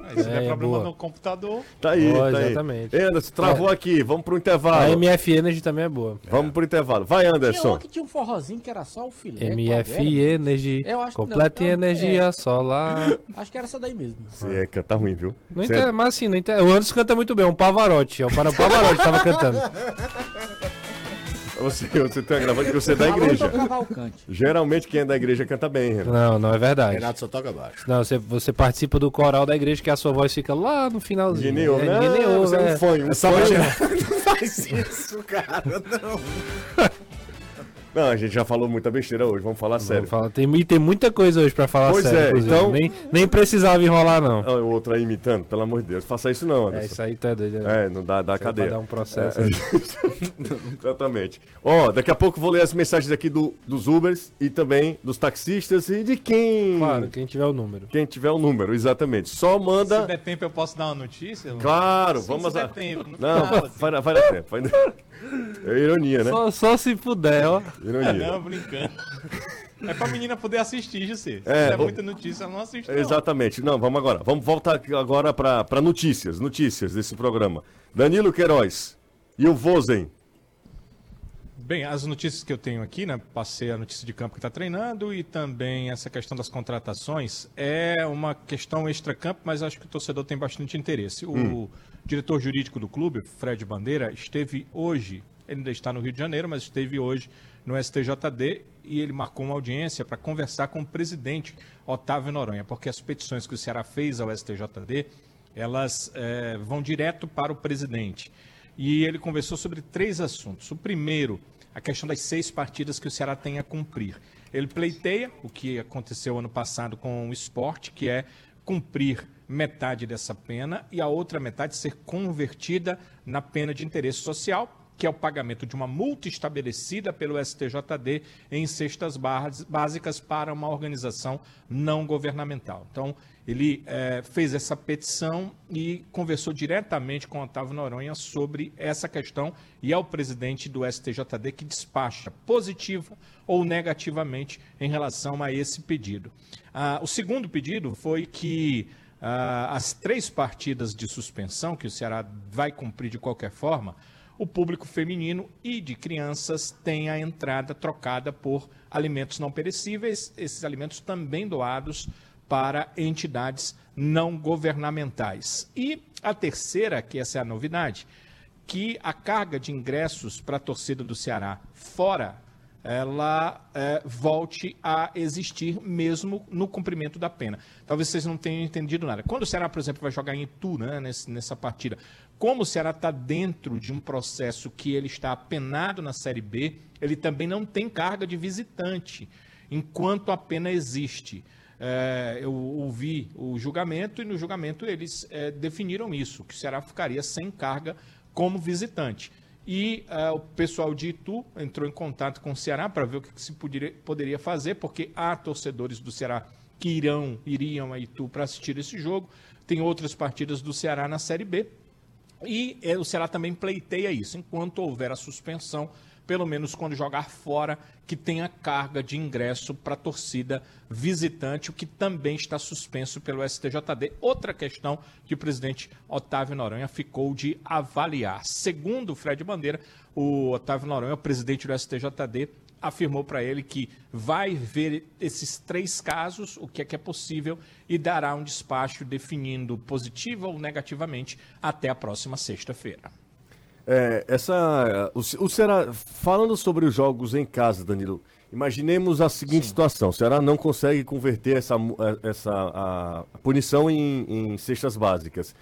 [SPEAKER 5] Aí, se
[SPEAKER 7] É,
[SPEAKER 5] der problema
[SPEAKER 7] boa.
[SPEAKER 5] no computador,
[SPEAKER 1] Tá aí,
[SPEAKER 7] Boa,
[SPEAKER 1] tá aí.
[SPEAKER 7] exatamente.
[SPEAKER 1] Anderson, travou aqui, vamos pro
[SPEAKER 7] A
[SPEAKER 1] intervalo.
[SPEAKER 7] MF Energy também é boa.
[SPEAKER 1] Vamos pro intervalo. Vai,
[SPEAKER 4] Tinha um
[SPEAKER 1] Anderson.
[SPEAKER 4] que tinha um forrozinho que era só o filé. qual
[SPEAKER 7] MF
[SPEAKER 4] era?
[SPEAKER 7] Energy,
[SPEAKER 4] Eu acho que não, então, é.
[SPEAKER 7] completa em
[SPEAKER 4] não,
[SPEAKER 7] energia solar.
[SPEAKER 4] Acho que era essa daí mesmo.
[SPEAKER 1] É, canta ruim, viu? é
[SPEAKER 7] Não
[SPEAKER 1] Cê-
[SPEAKER 7] inter... Mas assim, não inter... o Anderson canta muito bem, é um Pavarotti. É o para- Pavarotti que tava cantando.
[SPEAKER 1] Você, você tá gravando que você é da
[SPEAKER 4] Alô,
[SPEAKER 1] igreja.
[SPEAKER 4] Dom Cavalcante.
[SPEAKER 1] Geralmente quem é da igreja canta bem, Renato.
[SPEAKER 7] Não, não é verdade.
[SPEAKER 6] Renato só toca baixo.
[SPEAKER 7] Não, você, você participa do coral da igreja que a sua voz fica lá no finalzinho.
[SPEAKER 1] Ninguém nem ouve.
[SPEAKER 7] É,
[SPEAKER 1] Não,
[SPEAKER 7] ninguém nem ouve,
[SPEAKER 1] você é um
[SPEAKER 7] é.
[SPEAKER 1] fã, um
[SPEAKER 6] Só
[SPEAKER 1] fã.
[SPEAKER 6] pra gerar. Não faz isso, cara, não.
[SPEAKER 1] Não, a gente já falou muita besteira hoje, vamos falar sério.
[SPEAKER 7] Fala, tem, e tem muita coisa hoje pra falar
[SPEAKER 1] Pois
[SPEAKER 7] sério.
[SPEAKER 1] é,
[SPEAKER 7] inclusive.
[SPEAKER 1] então-
[SPEAKER 7] Nem, nem precisava enrolar, não.
[SPEAKER 1] Ah, o outro aí imitando, pelo amor de Deus, faça isso não,
[SPEAKER 7] É,
[SPEAKER 1] Anderson.
[SPEAKER 7] isso aí tá doido. né?
[SPEAKER 1] É, não dá, dá
[SPEAKER 7] Pra
[SPEAKER 1] cadeia.
[SPEAKER 7] dar um processo.
[SPEAKER 1] É. Exatamente. Ó, daqui a pouco eu vou ler as mensagens aqui do, dos Ubers e também dos taxistas e de quem.
[SPEAKER 7] Claro, quem tiver o número.
[SPEAKER 1] Quem tiver o número, exatamente. Só manda.
[SPEAKER 5] se der tempo eu posso dar uma notícia? irmão?
[SPEAKER 1] Tá. Claro,
[SPEAKER 5] Sim,
[SPEAKER 1] vamos
[SPEAKER 5] se
[SPEAKER 1] a.
[SPEAKER 5] der tempo.
[SPEAKER 1] Não, vai, dar- vai dar tempo. vai dar- É ironia, né?
[SPEAKER 7] Só, só se puder, ó.
[SPEAKER 1] Ironia.
[SPEAKER 5] Não, brincando. É pra menina poder assistir, José. Se
[SPEAKER 1] É,
[SPEAKER 5] der
[SPEAKER 1] o-
[SPEAKER 5] muita notícia, ela não assiste. não.
[SPEAKER 1] Exatamente. Não, vamos agora. Vamos voltar aqui agora para notícias, notícias desse programa. Danilo Queiroz e o Vozen.
[SPEAKER 5] Bem, as notícias que eu tenho aqui, né? Passei a notícia de campo que está treinando e também essa questão das contratações é uma questão extra-campo, mas acho que o torcedor tem bastante interesse. O diretor jurídico do clube, Fred Bandeira, esteve hoje, ele ainda está no Rio de Janeiro, mas esteve hoje no STJD e ele marcou uma audiência para conversar com o presidente Otávio Noronha, porque as petições que o Ceará fez ao STJD elas eh, vão direto para o presidente. E ele conversou sobre três assuntos. O primeiro, a questão das seis partidas que o Ceará tem a cumprir. Ele pleiteia o que aconteceu ano passado com o esporte, que é cumprir metade dessa pena e a outra metade ser convertida na pena de interesse social, que é o pagamento de uma multa estabelecida pelo STJD em cestas barras- básicas para uma organização não governamental. Então, ele eh, fez essa petição e conversou diretamente com Otávio Noronha sobre essa questão e é o presidente do STJD que despacha positiva ou negativamente em relação a esse pedido. Ah, o segundo pedido foi que ah, as três partidas de suspensão que o Ceará vai cumprir de qualquer forma o público feminino e de crianças tem a entrada trocada por alimentos não perecíveis, esses alimentos também doados para entidades não governamentais. E a terceira, que essa é a novidade, que a carga de ingressos para a torcida do Ceará fora ela eh, volte a existir mesmo no cumprimento da pena. Talvez vocês não tenham entendido nada. Quando o Ceará, por exemplo, vai jogar em Itu, né, nesse- nessa partida, como o Ceará está dentro de um processo que ele está apenado na Série B, ele também não tem carga de visitante, enquanto a pena existe. Eh, eu ouvi o julgamento e no julgamento eles eh, definiram isso, que o Ceará ficaria sem carga como visitante. E ah, o pessoal de Itu entrou em contato com o Ceará para ver o que, que se poderia, poderia fazer, porque há torcedores do Ceará que irão, iriam a Itu para assistir esse jogo. Tem outras partidas do Ceará na Série B. E eh, o Ceará também pleiteia isso. Enquanto houver a suspensão, pelo menos quando jogar fora, que tenha carga de ingresso para a torcida visitante, o que também está suspenso pelo STJD. Outra questão que o presidente Otávio Noronha ficou de avaliar. Segundo o Fred Bandeira, o Otávio Noronha, o presidente do STJD, afirmou para ele que vai ver esses três casos, o que é que é possível, e dará um despacho definindo positiva ou negativamente até a próxima sexta-feira.
[SPEAKER 1] É, essa. O, o Ceará, falando sobre os jogos em casa, Danilo, imaginemos a seguinte situação: o Ceará não consegue converter essa, mu- eh, essa a, a punição em, em cestas básicas.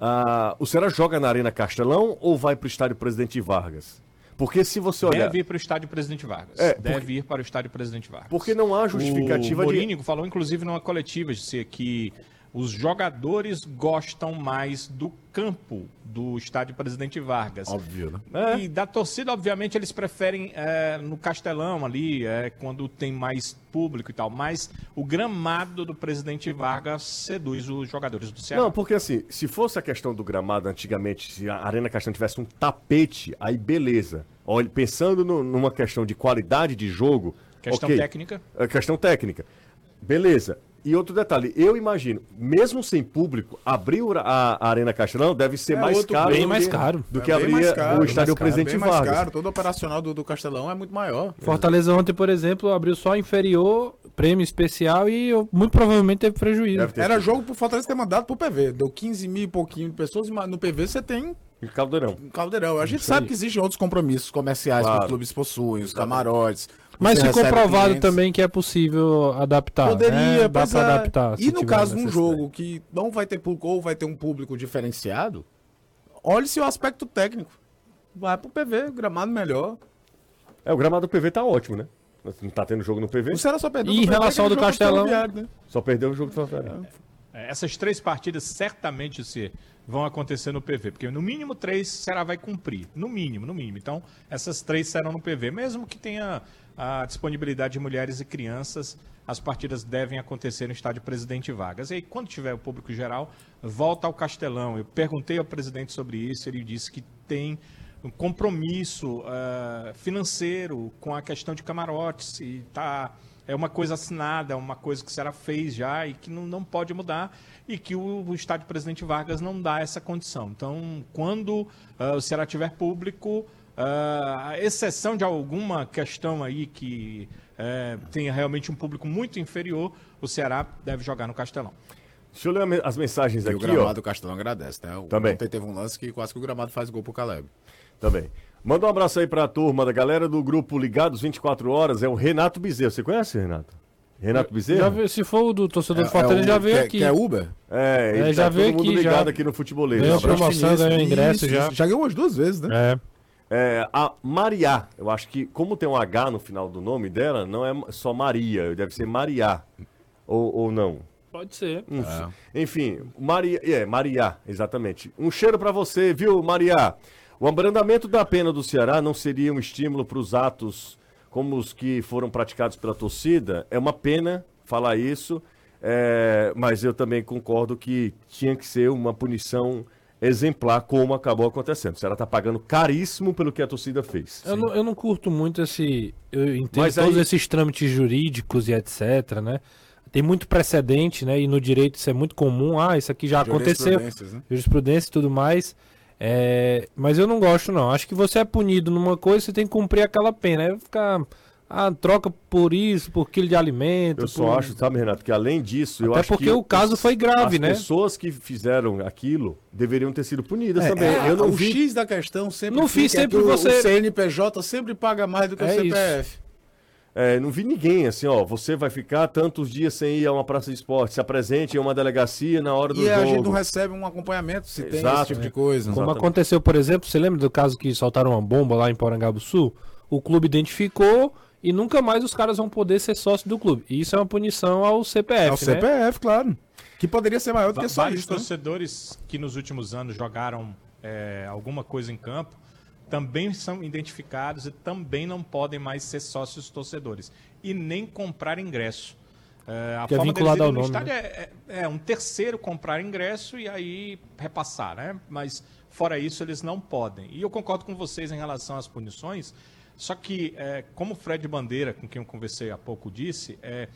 [SPEAKER 1] Ah, o Ceará joga na Arena Castelão ou vai para o estádio Presidente Vargas? Porque se você olhar.
[SPEAKER 5] Deve ir para o estádio Presidente Vargas.
[SPEAKER 1] É,
[SPEAKER 5] Deve ir para o estádio Presidente Vargas.
[SPEAKER 1] Porque não há justificativa
[SPEAKER 5] o
[SPEAKER 1] de.
[SPEAKER 5] Mourinho falou, inclusive, numa coletiva, disse que os jogadores gostam mais do campo do estádio Presidente Vargas.
[SPEAKER 6] Óbvio, né?
[SPEAKER 1] É.
[SPEAKER 5] E da torcida, obviamente, eles preferem é, no Castelão ali, é, quando tem mais público e tal. Mas o gramado do Presidente Vargas seduz os jogadores do Ceará.
[SPEAKER 1] Não, porque assim, se fosse a questão do gramado antigamente, se a Arena Castelão tivesse um tapete, aí beleza. Olha, pensando no- numa questão de qualidade de jogo.
[SPEAKER 5] Questão
[SPEAKER 1] ok.
[SPEAKER 5] técnica.
[SPEAKER 1] É questão técnica. Beleza. E outro detalhe, eu imagino, mesmo sem público, abrir o- a, a Arena Castelão deve ser
[SPEAKER 6] É
[SPEAKER 1] mais
[SPEAKER 6] outro-
[SPEAKER 1] caro,
[SPEAKER 7] bem
[SPEAKER 1] do
[SPEAKER 7] mais
[SPEAKER 1] que-
[SPEAKER 7] caro.
[SPEAKER 1] do
[SPEAKER 6] É
[SPEAKER 1] que
[SPEAKER 6] bem
[SPEAKER 1] abrir
[SPEAKER 6] mais caro,
[SPEAKER 1] o
[SPEAKER 6] bem
[SPEAKER 1] Estádio
[SPEAKER 6] mais caro,
[SPEAKER 1] Presidente
[SPEAKER 6] bem mais
[SPEAKER 1] Vargas.
[SPEAKER 6] caro, todo o operacional do, do Castelão é muito maior.
[SPEAKER 7] Fortaleza ontem, por exemplo, abriu só inferior, prêmio especial e eu- muito provavelmente teve prejuízo.
[SPEAKER 1] Deve ter
[SPEAKER 6] Era
[SPEAKER 1] sido.
[SPEAKER 6] jogo pro Fortaleza ter mandado pro PV. Deu 15 mil e pouquinho de pessoas, mas no PV você tem
[SPEAKER 1] E Caldeirão.
[SPEAKER 6] um caldeirão. A gente sabe que existem outros compromissos comerciais que
[SPEAKER 1] Claro.
[SPEAKER 6] os clubes possuem, os camarotes.
[SPEAKER 7] Mas
[SPEAKER 6] você
[SPEAKER 7] ficou
[SPEAKER 6] recebe
[SPEAKER 7] provado
[SPEAKER 6] clientes.
[SPEAKER 7] também que é possível adaptar.
[SPEAKER 6] Poderia,
[SPEAKER 7] né? dá
[SPEAKER 6] pois
[SPEAKER 7] pra
[SPEAKER 6] é.
[SPEAKER 7] adaptar. se
[SPEAKER 6] E no
[SPEAKER 7] tiver
[SPEAKER 6] caso de um
[SPEAKER 7] necessidade.
[SPEAKER 6] jogo que não vai ter público ou vai ter um público diferenciado, olhe-se o aspecto técnico. Vai pro PV, gramado melhor.
[SPEAKER 1] É, o gramado do PV tá ótimo, né? Não tá tendo jogo no PV,
[SPEAKER 6] O Ceará só perdeu
[SPEAKER 7] E
[SPEAKER 6] no
[SPEAKER 7] em
[SPEAKER 6] PV
[SPEAKER 7] relação ao
[SPEAKER 6] aquele
[SPEAKER 7] do
[SPEAKER 6] jogo
[SPEAKER 7] Castelão?
[SPEAKER 6] ferroviário, né?
[SPEAKER 1] só perdeu o jogo do Fortaleza.
[SPEAKER 5] É, Essas três partidas certamente se vão acontecer no PV, porque no mínimo três será vai cumprir, no mínimo, no mínimo. Então, essas três serão no PV, mesmo que tenha a disponibilidade de mulheres e crianças, as partidas devem acontecer no estádio Presidente Vargas. E aí, quando tiver o público geral, volta ao Castelão. Eu perguntei ao presidente sobre isso, ele disse que tem um compromisso ah, financeiro com a questão de camarotes e tá é uma coisa assinada, é uma coisa que o Ceará fez já e que não, não pode mudar e que o, o estádio Presidente Vargas não dá essa condição. Então, quando ah, o Ceará tiver público, ah, a exceção de alguma questão aí que eh, tenha realmente um público muito inferior, o Ceará deve jogar no Castelão.
[SPEAKER 1] Deixa eu ler a me- as mensagens
[SPEAKER 6] E o
[SPEAKER 1] aqui, ó.
[SPEAKER 6] gramado do Castelão agradece, né? O-
[SPEAKER 1] Também.
[SPEAKER 6] Ontem teve um lance que quase que o gramado faz gol pro Caleb.
[SPEAKER 1] Também. Manda um abraço aí pra turma da galera do grupo Ligados 24 Horas, é o Renato Bezerra. Você conhece, Renato? Renato Bezerra?
[SPEAKER 7] Já veio- se for o do torcedor do
[SPEAKER 6] É,
[SPEAKER 7] Fortaleza,
[SPEAKER 6] é o-
[SPEAKER 7] já veio
[SPEAKER 6] quer-
[SPEAKER 7] aqui.
[SPEAKER 6] Quer Uber?
[SPEAKER 1] É, ele
[SPEAKER 7] É, já
[SPEAKER 1] tá
[SPEAKER 7] veio
[SPEAKER 1] todo mundo
[SPEAKER 7] aqui, já.
[SPEAKER 1] ligado aqui no futebolês.
[SPEAKER 7] Ganhou
[SPEAKER 1] Um abraço.
[SPEAKER 7] promoção,
[SPEAKER 6] Finíssimo.
[SPEAKER 7] ganhou ingresso
[SPEAKER 6] Isso,
[SPEAKER 7] já.
[SPEAKER 6] isso. Já ganhou umas duas vezes, né?
[SPEAKER 7] É.
[SPEAKER 1] É, a Mariá, eu acho que, como tem um H no final do nome dela, não é só Maria, deve ser Mariá. Ou, ou não.
[SPEAKER 7] Pode ser.
[SPEAKER 1] Não sei. É. Enfim, Maria, é, Mariá, exatamente. Um cheiro pra você, viu, Mariá? O abrandamento da pena do Ceará não seria um estímulo para os atos como os que foram praticados pela torcida? É uma pena falar isso, é, mas eu também concordo que tinha que ser uma punição exemplar, como acabou acontecendo. O Ceará tá pagando caríssimo pelo que a torcida fez.
[SPEAKER 7] Eu não, eu não curto muito esse. Eu entendo
[SPEAKER 1] Mas
[SPEAKER 7] todos
[SPEAKER 1] aí-
[SPEAKER 7] esses trâmites jurídicos e etc, né? Tem muito precedente, né? E no direito isso é muito comum. Ah, isso aqui já aconteceu.
[SPEAKER 6] Jurisprudências, né?
[SPEAKER 7] Jurisprudência e tudo mais. É, Mas eu não gosto, não. Acho que você é punido numa coisa, você tem que cumprir aquela pena. Aí ficar. Ah, troca por isso, por quilo de alimento.
[SPEAKER 1] Eu só
[SPEAKER 7] por-
[SPEAKER 1] acho, sabe, Renato, que além disso, eu
[SPEAKER 7] Até
[SPEAKER 1] acho que.
[SPEAKER 7] porque o caso foi grave,
[SPEAKER 1] as
[SPEAKER 7] né?
[SPEAKER 1] pessoas que fizeram aquilo deveriam ter sido punidas também.
[SPEAKER 6] É,
[SPEAKER 1] eu não
[SPEAKER 6] o
[SPEAKER 1] vi.
[SPEAKER 6] X da questão sempre
[SPEAKER 7] No fim,
[SPEAKER 6] fica
[SPEAKER 7] sempre
[SPEAKER 6] que o-
[SPEAKER 7] você-
[SPEAKER 6] o CNPJ sempre paga mais do que o
[SPEAKER 7] É isso.
[SPEAKER 6] CPF.
[SPEAKER 1] É, não vi ninguém assim, ó. Você vai ficar tantos dias sem ir a uma praça de esporte, se apresente em uma delegacia na hora do
[SPEAKER 6] E a gente não
[SPEAKER 1] jogo.
[SPEAKER 6] recebe um acompanhamento se tem
[SPEAKER 1] Exato,
[SPEAKER 6] esse tipo
[SPEAKER 1] né?
[SPEAKER 6] de coisa.
[SPEAKER 7] Como
[SPEAKER 1] Exatamente.
[SPEAKER 7] aconteceu, por exemplo, você lembra do caso que soltaram uma bomba lá em Porangabuçu? O clube identificou e nunca mais os caras vão poder ser sócio do clube. E isso é uma punição ao CPF,
[SPEAKER 6] É o
[SPEAKER 7] né?
[SPEAKER 6] CPF, claro. Que poderia ser maior do
[SPEAKER 5] Va-
[SPEAKER 6] que só
[SPEAKER 5] vários
[SPEAKER 6] isso. né?
[SPEAKER 5] torcedores que nos últimos anos jogaram é, alguma coisa em campo também são identificados e também não podem mais ser sócios torcedores e nem comprar ingresso. É, a
[SPEAKER 7] Que é
[SPEAKER 5] forma deles
[SPEAKER 7] vinculado ao
[SPEAKER 5] irem no
[SPEAKER 7] nome,
[SPEAKER 6] né?
[SPEAKER 5] estádio é, é- é um terceiro comprar ingresso e aí repassar, né? Mas fora isso eles não podem. E eu concordo com vocês em relação às punições, só que é, como o Fred Bandeira, com quem eu conversei há pouco, disse, é,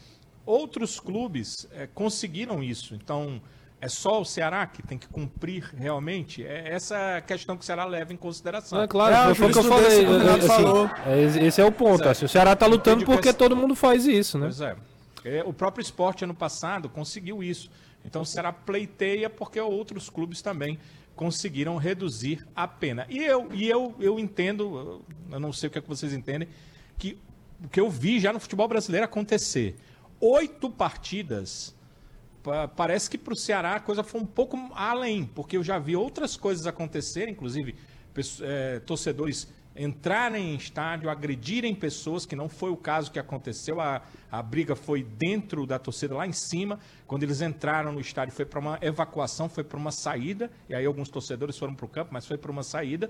[SPEAKER 5] outros clubes é, conseguiram isso. Então É só o Ceará que tem que cumprir realmente? É essa questão que o Ceará leva em consideração.
[SPEAKER 7] É claro,
[SPEAKER 6] É, o
[SPEAKER 7] foi o que eu
[SPEAKER 6] jurisprudência
[SPEAKER 7] falei.
[SPEAKER 6] que o Renato
[SPEAKER 7] assim,
[SPEAKER 6] falou.
[SPEAKER 7] é esse- esse é o ponto.
[SPEAKER 5] Certo.
[SPEAKER 7] assim, o Ceará tá lutando
[SPEAKER 5] Entendi com
[SPEAKER 7] porque
[SPEAKER 5] esse-
[SPEAKER 7] todo mundo faz isso, né?
[SPEAKER 5] Pois é. É, O próprio esporte ano passado conseguiu isso. Então será pleiteia porque outros clubes também conseguiram reduzir a pena. E eu, e eu, eu entendo, eu não sei o que, é que vocês entendem, que o que eu vi já no futebol brasileiro acontecer. Oito partidas Pa- Parece que para o Ceará a coisa foi um pouco além, porque eu já vi outras coisas acontecerem, inclusive pesso- eh, torcedores entrarem em estádio, agredirem pessoas, que não foi o caso que aconteceu. A, a briga foi dentro da torcida, lá em cima. Quando eles entraram no estádio, foi para uma evacuação, foi para uma saída, e aí alguns torcedores foram para o campo, mas foi para uma saída.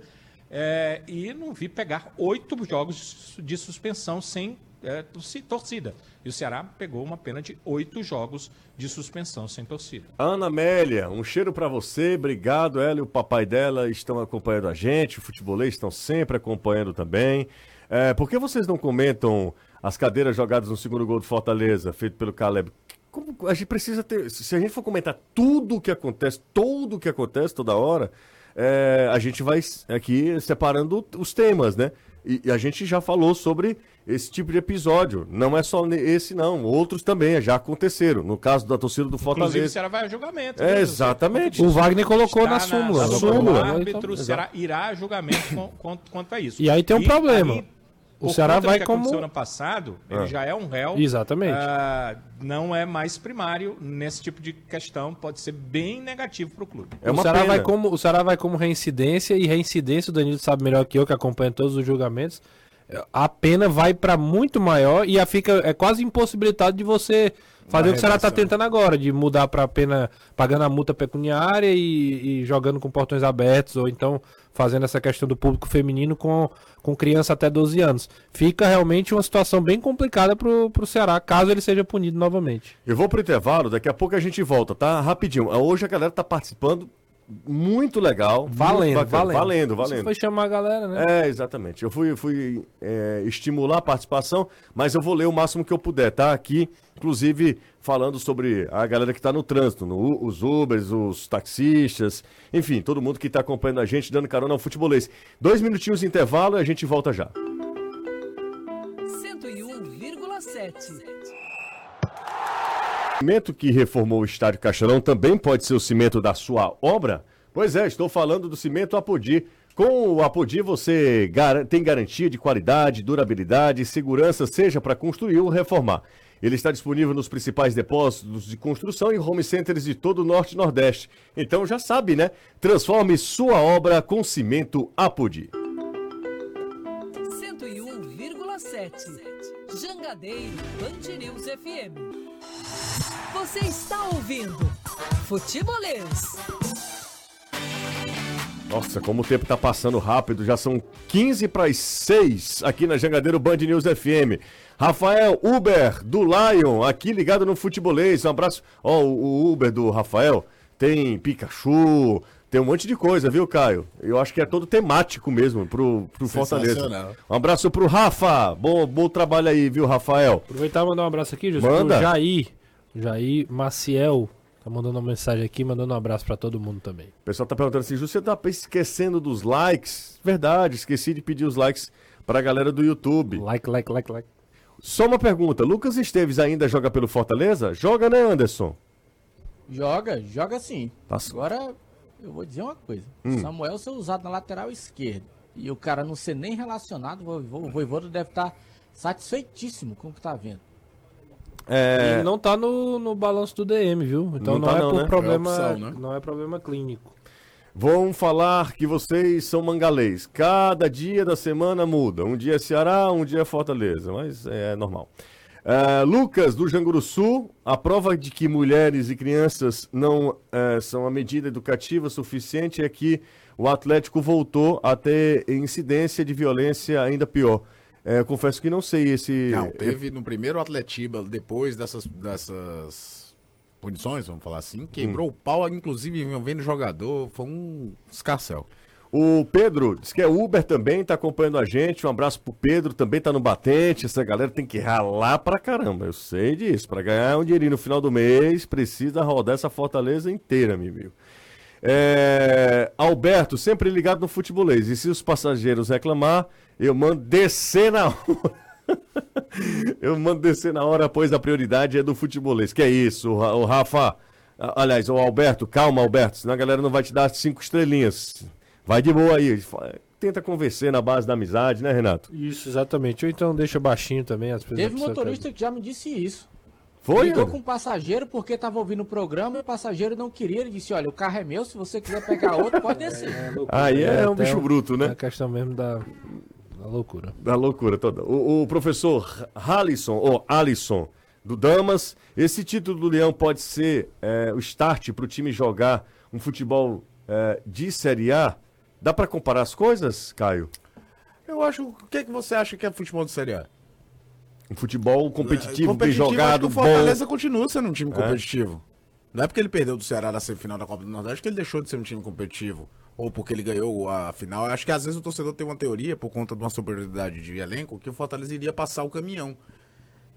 [SPEAKER 5] Eh, e não vi pegar oito jogos de sus- de suspensão sem é, torci- torcida. E o Ceará pegou uma pena de oito jogos de suspensão sem torcida.
[SPEAKER 1] Ana Amélia, um cheiro pra você, obrigado. Ela e o papai dela estão acompanhando a gente, o futebolês estão sempre acompanhando também. É, por que vocês não comentam as cadeiras jogadas no segundo gol do Fortaleza, feito pelo Caleb? Como- a gente precisa ter. Se a gente for comentar tudo o que acontece, tudo o que acontece toda hora, é, a gente vai s- aqui separando os temas, né? E, e a gente já falou sobre esse tipo de episódio. Não é só ne- esse, não. Outros também já aconteceram. No caso da torcida do Fortaleza.
[SPEAKER 5] Inclusive, o Ceará vai a julgamento.
[SPEAKER 1] É,
[SPEAKER 5] viu?
[SPEAKER 1] exatamente.
[SPEAKER 7] O Wagner colocou
[SPEAKER 5] Está
[SPEAKER 7] na súmula.
[SPEAKER 5] na
[SPEAKER 1] súmula.
[SPEAKER 6] né?
[SPEAKER 5] O
[SPEAKER 6] Então,
[SPEAKER 5] árbitro, o
[SPEAKER 7] Exato.
[SPEAKER 5] Ceará irá a julgamento com- quanto, quanto a isso.
[SPEAKER 7] E aí tem um problema. O
[SPEAKER 5] por
[SPEAKER 7] Ceará
[SPEAKER 5] conta do
[SPEAKER 7] vai
[SPEAKER 5] que
[SPEAKER 7] como- Ah.
[SPEAKER 5] aconteceu ano passado, ele já é um réu.
[SPEAKER 7] Exatamente.
[SPEAKER 5] Ah, não é mais primário nesse tipo de questão. Pode ser bem negativo para o clube.
[SPEAKER 1] É
[SPEAKER 7] o,
[SPEAKER 1] uma
[SPEAKER 7] Ceará
[SPEAKER 1] pena.
[SPEAKER 7] vai como, o Ceará vai como reincidência e reincidência, o Danilo sabe melhor que eu, que acompanha todos os julgamentos. A pena vai pra muito maior e a fica é quase impossibilitado de você fazer o que o Ceará tá
[SPEAKER 6] redação.
[SPEAKER 7] tentando agora, de mudar pra pena pagando a multa pecuniária e, e jogando com portões abertos, ou então fazendo essa questão do público feminino com, com criança até 12 anos. Fica realmente uma situação bem complicada pro, pro Ceará, caso ele seja punido novamente.
[SPEAKER 1] Eu vou pro intervalo, daqui a pouco a gente volta, tá? Rapidinho. Hoje a galera tá participando muito legal. muito
[SPEAKER 7] Valendo,
[SPEAKER 1] bacana.
[SPEAKER 7] valendo.
[SPEAKER 1] Valendo,
[SPEAKER 7] Você
[SPEAKER 1] valendo.
[SPEAKER 7] foi chamar a galera, né?
[SPEAKER 1] É, exatamente. Eu fui, fui é, estimular a participação, mas eu vou ler o máximo que eu puder, tá? Aqui, inclusive, falando sobre a galera que tá no trânsito, no- os Ubers, os taxistas, enfim, todo mundo que tá acompanhando a gente, dando carona ao futebolês. Dois minutinhos de intervalo e a gente volta já.
[SPEAKER 2] 101,7.
[SPEAKER 1] O cimento que reformou o estádio Caixarão também pode ser o cimento da sua obra? Pois é, estou falando do cimento Apodi. Com o Apodi você gar- tem garantia de qualidade, durabilidade e segurança, seja para construir ou reformar. Ele está disponível nos principais depósitos de construção e home centers de todo o Norte e Nordeste. Então já sabe, né? Transforme sua obra com cimento Apodi.
[SPEAKER 2] 101,7. Jangadeiro Band News FM. Você está ouvindo Futebolês.
[SPEAKER 1] Nossa, como o tempo tá passando rápido, já são 15 para as 6 aqui na Jangadeiro Band News FM. Rafael Uber do Lion, aqui ligado no futebolês. Um abraço. Ó, o o Uber do Rafael tem Pikachu, tem um monte de coisa, viu, Caio? Eu acho que é todo temático mesmo pro, pro Fortaleza.
[SPEAKER 6] Sensacional.
[SPEAKER 1] Um abraço pro Rafa. Bom, bom trabalho aí, viu, Rafael?
[SPEAKER 7] Aproveitar e mandar um abraço aqui, José.
[SPEAKER 1] Manda.
[SPEAKER 7] Pro Jair. Jair Maciel. Tá mandando uma mensagem aqui, mandando um abraço pra todo mundo também.
[SPEAKER 1] O pessoal tá perguntando assim, Ju, você tá esquecendo dos likes? Verdade, esqueci de pedir os likes pra galera do YouTube.
[SPEAKER 7] Like, like, like, like.
[SPEAKER 1] Só uma pergunta, Lucas Esteves ainda joga pelo Fortaleza? Joga, né, Anderson?
[SPEAKER 4] Joga, joga sim.
[SPEAKER 1] Passa.
[SPEAKER 4] Agora, eu vou dizer uma coisa. Samuel ser usado na lateral esquerda. E o cara não ser nem relacionado, o Voivo- o Voivoda deve estar satisfeitíssimo com o que tá vendo.
[SPEAKER 7] Ele não tá no, no balanço do DM, viu? Então
[SPEAKER 1] É. Não
[SPEAKER 7] não,
[SPEAKER 1] tá
[SPEAKER 7] é
[SPEAKER 1] não,
[SPEAKER 7] por
[SPEAKER 1] né?
[SPEAKER 7] problema.
[SPEAKER 6] É opção, né?
[SPEAKER 7] Não é problema clínico.
[SPEAKER 1] Vão falar que vocês são mangalês. Cada dia da semana muda. Um dia é Ceará, um dia é Fortaleza, mas é normal. É, Lucas, do Janguru Sul, a prova de que mulheres e crianças não é, são a medida educativa suficiente é que o Atlético voltou a ter incidência de violência ainda pior. É, eu confesso que não sei esse.
[SPEAKER 6] Não, teve no primeiro Atletiba, depois dessas, dessas punições, vamos falar assim, quebrou o pau, inclusive envolvendo jogador, foi um escarcel.
[SPEAKER 1] O Pedro diz que é Uber também, tá acompanhando a gente. Um abraço pro Pedro, também tá no batente. Essa galera tem que ralar pra caramba, eu sei disso. Pra ganhar um dinheirinho no final do mês, precisa rodar essa fortaleza inteira, meu amigo. É, Alberto, sempre ligado no futebolês. E se os passageiros reclamar, eu mando descer na hora. eu mando descer na hora, pois a prioridade é do futebolês. Que é isso, o Ra- o Rafa. a- Aliás, o Alberto, calma, Alberto, senão a galera não vai te dar cinco estrelinhas. Vai de boa aí. fa- Tenta convencer na base da amizade, né, Renato?
[SPEAKER 7] Isso, exatamente. Ou então deixa baixinho também. Às vezes a
[SPEAKER 4] Teve um
[SPEAKER 7] pessoa
[SPEAKER 4] motorista que já me disse isso.
[SPEAKER 1] Foi?
[SPEAKER 4] Brigou
[SPEAKER 1] Ana?
[SPEAKER 4] com o passageiro porque tava ouvindo o programa e o passageiro não queria. Ele disse: Olha, o carro é meu, se você quiser pegar outro, pode descer.
[SPEAKER 1] Aí é,
[SPEAKER 7] É,
[SPEAKER 1] um
[SPEAKER 7] até
[SPEAKER 1] bicho
[SPEAKER 7] um-
[SPEAKER 1] bruto,
[SPEAKER 7] tá-
[SPEAKER 1] né?
[SPEAKER 7] É a questão mesmo da, da loucura.
[SPEAKER 1] Da loucura toda. O, o professor Halisson, ou Alisson, do Damas, esse título do Leão pode ser é, o start para o time jogar um futebol é, de Série A? Dá para comparar as coisas, Caio?
[SPEAKER 6] Eu acho. O que, é que você acha que é futebol de Série A?
[SPEAKER 1] Um futebol competitivo, bem
[SPEAKER 6] É, acho que
[SPEAKER 1] jogado,
[SPEAKER 6] o
[SPEAKER 1] bom.
[SPEAKER 6] Fortaleza continua sendo um time competitivo. Não é porque ele perdeu do Ceará na semifinal da Copa do Nordeste que ele deixou de ser um time competitivo. Ou porque ele ganhou a final. Eu Acho que às vezes o torcedor tem uma teoria, por conta de uma superioridade de elenco, que o Fortaleza iria passar o caminhão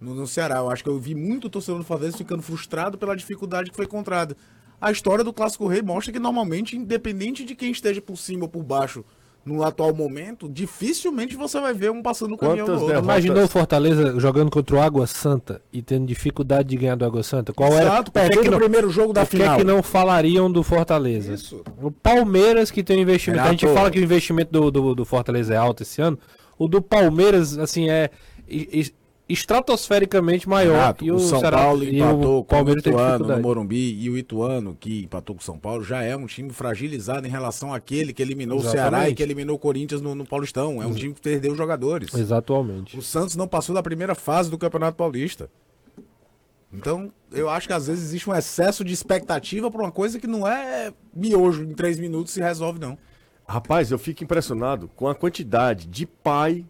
[SPEAKER 6] no, no Ceará. Eu acho que eu vi muito torcedor do Fortaleza ficando frustrado pela dificuldade que foi encontrada. A história do Clássico Rei mostra que normalmente, independente de quem esteja por cima ou por baixo no atual momento, dificilmente você vai ver um passando o caminhão
[SPEAKER 1] Quantas
[SPEAKER 6] do outro.
[SPEAKER 1] derrotas?
[SPEAKER 7] Imaginou o Fortaleza jogando contra o Água Santa e tendo dificuldade de ganhar do Água Santa? Qual era?
[SPEAKER 6] Exato, perdendo o primeiro jogo da
[SPEAKER 7] o que
[SPEAKER 6] final.
[SPEAKER 7] é que não falariam do Fortaleza?
[SPEAKER 6] Isso.
[SPEAKER 7] O Palmeiras que tem um investimento. a gente
[SPEAKER 6] Renato.
[SPEAKER 7] fala que o investimento do, do, do Fortaleza é alto esse ano. O do Palmeiras, assim, é e- e- estratosfericamente maior.
[SPEAKER 6] Renato, o São
[SPEAKER 7] Ceará-
[SPEAKER 6] Paulo
[SPEAKER 7] e
[SPEAKER 6] empatou com o
[SPEAKER 7] Palmeiras tem
[SPEAKER 6] Ituano no
[SPEAKER 7] dificuldade.
[SPEAKER 6] Morumbi e o Ituano, que empatou com o São Paulo, já é um time fragilizado em relação àquele que eliminou o Ceará e
[SPEAKER 7] Exatamente.
[SPEAKER 6] que eliminou o Corinthians no, no Paulistão. É um time que perdeu jogadores.
[SPEAKER 7] Exatamente.
[SPEAKER 6] O Santos não passou da primeira fase do Campeonato Paulista. Então, eu acho que às vezes existe um excesso de expectativa para uma coisa que não é miojo em três minutos se resolve, não.
[SPEAKER 1] Rapaz, eu fico impressionado com a quantidade de pai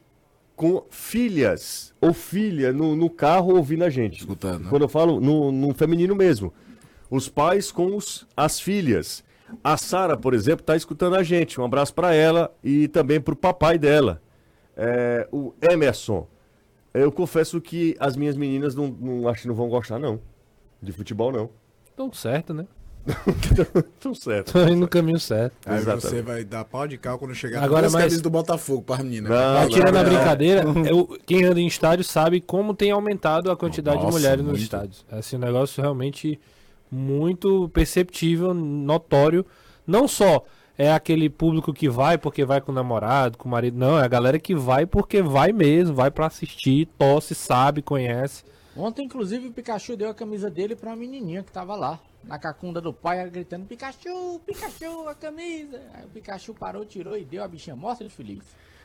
[SPEAKER 1] com filhas ou filha no, no carro ouvindo a gente.
[SPEAKER 6] Escutando, né?
[SPEAKER 1] Quando eu falo no, no feminino mesmo. Os pais com os- as filhas. A Sara, por exemplo, está escutando a gente. Um abraço para ela e também para o papai dela, É, o Emerson. Eu confesso que as minhas meninas não, não acho que não vão gostar, não. De futebol, não.
[SPEAKER 7] Então certo, né?
[SPEAKER 1] Tão certo.
[SPEAKER 7] Tô indo no caminho certo.
[SPEAKER 6] Aí
[SPEAKER 1] Exatamente.
[SPEAKER 6] você vai dar pau de cal quando chegar
[SPEAKER 7] Agora,
[SPEAKER 6] duas
[SPEAKER 7] mas-
[SPEAKER 6] camisas do Botafogo para a menina.
[SPEAKER 1] Não,
[SPEAKER 6] Vai lá,
[SPEAKER 7] Tirando a
[SPEAKER 6] vai lá.
[SPEAKER 7] brincadeira, eu- quem anda em estádio sabe como tem aumentado a quantidade
[SPEAKER 6] Nossa,
[SPEAKER 7] de mulheres nos
[SPEAKER 6] muito.
[SPEAKER 7] estádios. É assim, um negócio realmente muito perceptível, notório. Não só é aquele público que vai porque vai com o namorado, com o marido. Não, é a galera que vai porque vai mesmo, vai pra assistir, torce, sabe, conhece.
[SPEAKER 4] Ontem, inclusive, o Pikachu deu a camisa dele pra uma menininha que tava lá, na cacunda do pai, ela gritando: Pikachu, Pikachu, a camisa. Aí o Pikachu parou, tirou e deu a bichinha. Mostra ele feliz.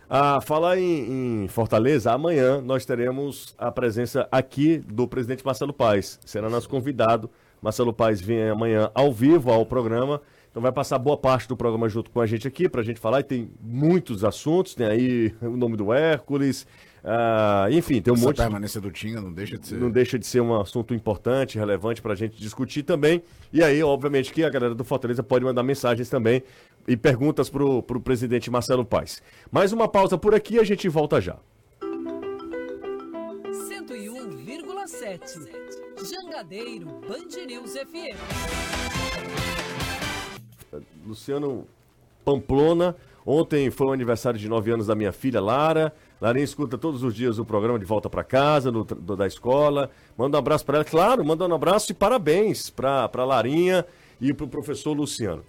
[SPEAKER 1] Ah, falar em, em Fortaleza, amanhã nós teremos a presença aqui do presidente Marcelo Paes. Será nosso convidado. Marcelo Paes vem amanhã ao vivo ao programa. Então vai passar boa parte do programa junto com a gente aqui para a gente falar. E tem muitos assuntos. Tem aí o nome do Hércules. ah, enfim, tem um
[SPEAKER 6] Essa
[SPEAKER 1] monte de
[SPEAKER 6] permanência do Tinga não deixa de ser.
[SPEAKER 1] não deixa de ser um assunto importante, relevante para a gente discutir também. E aí, obviamente, que a galera do Fortaleza pode mandar mensagens também e perguntas para o presidente Marcelo Paes. Mais uma pausa por aqui e a gente volta já.
[SPEAKER 2] 101,7. um Jangadeiro Band News FM.
[SPEAKER 1] Luciano Pamplona. Ontem foi o aniversário de 9 anos da minha filha Lara. Larinha escuta todos os dias o programa de volta para casa, no tra- do- da escola. Manda um abraço para ela. Claro, manda um abraço e parabéns para Larinha e para o professor Luciano.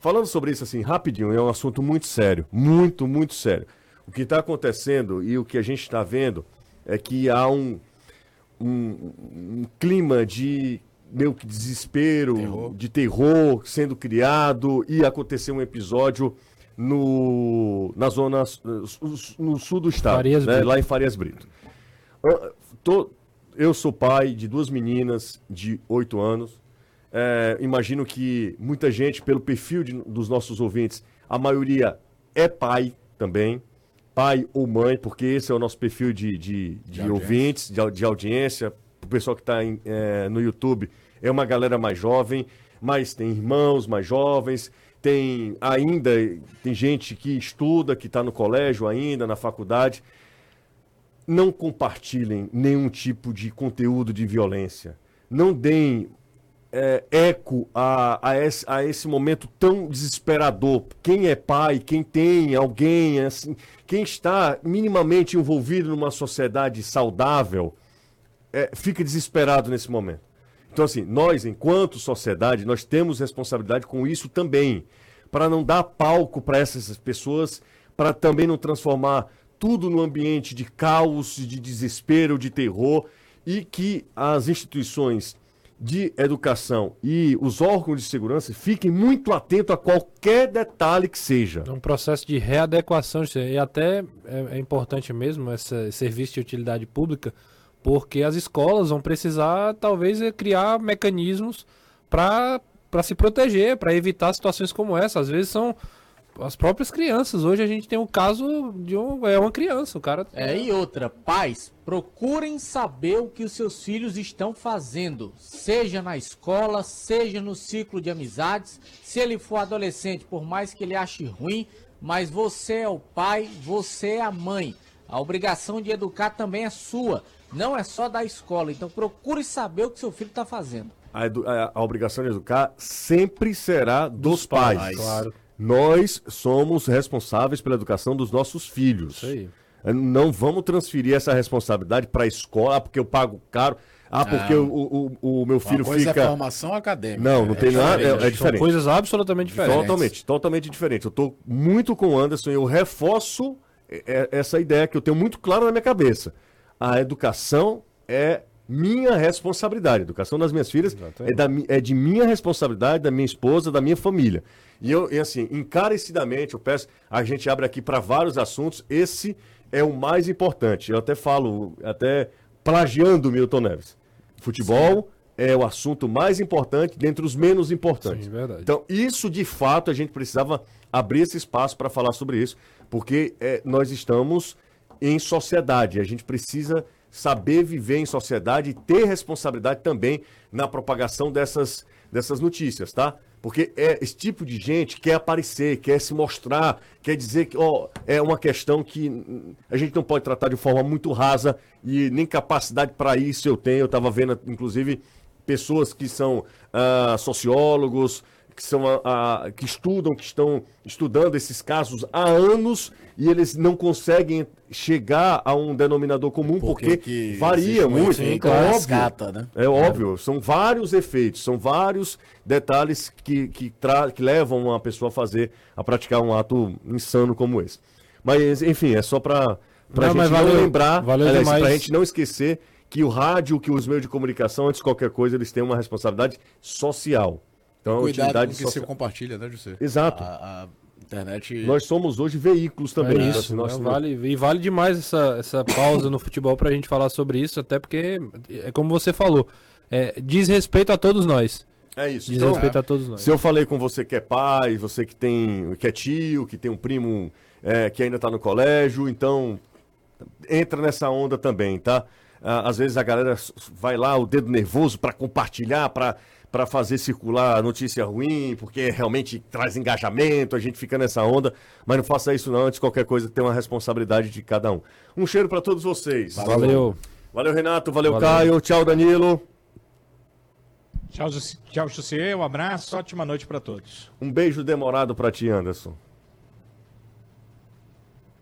[SPEAKER 1] Falando sobre isso assim, rapidinho, é um assunto muito sério. Muito, muito sério. O que está acontecendo e o que a gente está vendo é que há um, um clima de meio que desespero, de terror sendo criado e aconteceu um episódio no na zona s- s- no sul do estado,
[SPEAKER 7] Farias
[SPEAKER 1] né,
[SPEAKER 7] Brito.
[SPEAKER 1] lá em Farias Brito. Ah, tô- eu sou pai de duas meninas de 8 anos. É, imagino que muita gente, pelo perfil de- dos nossos ouvintes, a maioria é pai também. Pai ou mãe, porque esse é o nosso perfil de, de- de
[SPEAKER 6] audiência.
[SPEAKER 1] ouvintes, de, au- de audiência. O pessoal que tá está é no YouTube é uma galera mais jovem, mas tem irmãos mais jovens, tem ainda, tem gente que estuda, que está no colégio ainda, na faculdade, não compartilhem nenhum tipo de conteúdo de violência. Não deem é, eco a, a, esse, a esse momento tão desesperador. Quem é pai, quem tem alguém, assim, quem está minimamente envolvido numa sociedade saudável, é, fica desesperado nesse momento. Então, assim, nós, enquanto sociedade, nós temos responsabilidade com isso também, para não dar palco para essas pessoas, para também não transformar tudo no ambiente de caos, de desespero, de terror, e que as instituições de educação e os órgãos de segurança fiquem muito atentos a qualquer detalhe que seja.
[SPEAKER 7] É um processo de readequação, e até é, é importante mesmo esse serviço de utilidade pública, porque as escolas vão precisar, talvez, é criar mecanismos para se proteger, para evitar situações como essa. Às vezes são as próprias crianças. Hoje a gente tem um caso de um, é uma criança, o cara.
[SPEAKER 4] É, e outra, pais, procurem saber o que os seus filhos estão fazendo, seja na escola, seja no ciclo de amizades. Se ele for adolescente, por mais que ele ache ruim, mas você é o pai, você é a mãe. A obrigação de educar também é sua, não é só da escola. Então procure saber o que seu filho está fazendo.
[SPEAKER 1] A, edu- a- a obrigação de educar sempre será dos, pais. Nós somos responsáveis pela educação dos nossos filhos. É,
[SPEAKER 7] Isso aí.
[SPEAKER 1] Não vamos transferir essa responsabilidade para a escola, ah, porque eu pago caro, ah, porque o, o- o- o meu
[SPEAKER 6] Uma
[SPEAKER 1] filho
[SPEAKER 6] coisa
[SPEAKER 1] fica.
[SPEAKER 6] é formação acadêmica.
[SPEAKER 1] Não, não tem nada- é- é
[SPEAKER 7] São
[SPEAKER 1] diferente.
[SPEAKER 7] coisas absolutamente diferentes.
[SPEAKER 1] Então, Totalmente, totalmente diferente. Eu tô muito com o Anderson e eu reforço e- e- essa ideia que eu tenho muito claro na minha cabeça. A educação é minha responsabilidade. A educação das minhas filhas é, da mi- é de minha responsabilidade, da minha esposa, da minha família. E eu, e assim, encarecidamente, eu peço, a gente abre aqui para vários assuntos, esse é o mais importante. Eu até falo, até plagiando o Milton Neves. Futebol é o assunto mais importante dentre os menos importantes.
[SPEAKER 7] Sim, verdade.
[SPEAKER 1] Então, isso de fato a gente precisava abrir esse espaço para falar sobre isso, porque é, nós estamos em sociedade, a gente precisa saber viver em sociedade e ter responsabilidade também na propagação dessas, dessas notícias, tá? Porque é, esse tipo de gente quer aparecer, quer se mostrar, quer dizer que ó, é uma questão que hum, a gente não pode tratar de forma muito rasa e nem capacidade para isso eu tenho. Eu estava vendo, inclusive, pessoas que são ah, sociólogos, que, são, ah, ah, que estudam, que estão estudando esses casos há anos e eles não conseguem chegar a um denominador comum porque,
[SPEAKER 6] que
[SPEAKER 1] varia
[SPEAKER 6] existe um
[SPEAKER 1] muito.
[SPEAKER 6] efeito
[SPEAKER 1] Claro.
[SPEAKER 6] cascata, né?
[SPEAKER 1] É óbvio, são vários efeitos, são vários detalhes que, que, tra- que levam uma pessoa a fazer, a praticar um ato insano como esse. Mas, enfim, é só para a
[SPEAKER 7] Não,
[SPEAKER 1] gente
[SPEAKER 7] mas
[SPEAKER 1] não
[SPEAKER 7] valeu-
[SPEAKER 1] lembrar,
[SPEAKER 7] valeu
[SPEAKER 1] aliás,
[SPEAKER 7] demais.
[SPEAKER 1] pra gente não esquecer que o rádio, que os meios de comunicação, antes de qualquer coisa, eles têm uma responsabilidade social. Então,
[SPEAKER 6] Cuidado com o
[SPEAKER 1] utilidade
[SPEAKER 6] que se
[SPEAKER 1] social.
[SPEAKER 6] compartilha, né, José?
[SPEAKER 1] Exato.
[SPEAKER 6] A, a internet.
[SPEAKER 1] Nós somos hoje veículos
[SPEAKER 7] É
[SPEAKER 1] também.
[SPEAKER 7] isso,
[SPEAKER 1] então, assim,
[SPEAKER 7] né?
[SPEAKER 1] nós-
[SPEAKER 7] vale, e vale demais essa, essa pausa no futebol pra gente falar sobre isso, até porque, é como você falou, é, diz respeito a todos nós.
[SPEAKER 1] É isso.
[SPEAKER 7] Diz
[SPEAKER 1] Então,
[SPEAKER 7] respeito a todos nós.
[SPEAKER 1] Se eu falei com você que é pai, você que tem, que é tio, que tem um primo é, que ainda tá no colégio, então entra nessa onda também, tá? Ah, Às vezes a galera s- vai lá o dedo nervoso para compartilhar, para para fazer circular a notícia ruim, porque realmente traz engajamento, a gente fica nessa onda, mas não faça isso não, antes qualquer coisa tem uma responsabilidade de cada um. Um cheiro para todos vocês.
[SPEAKER 7] Valeu.
[SPEAKER 1] Valeu Renato, valeu,
[SPEAKER 7] Valeu.
[SPEAKER 1] Caio, tchau Danilo.
[SPEAKER 5] Tchau, Jussi- tchau Jussiê, um abraço, ótima noite para todos.
[SPEAKER 1] Um beijo demorado para ti, Anderson.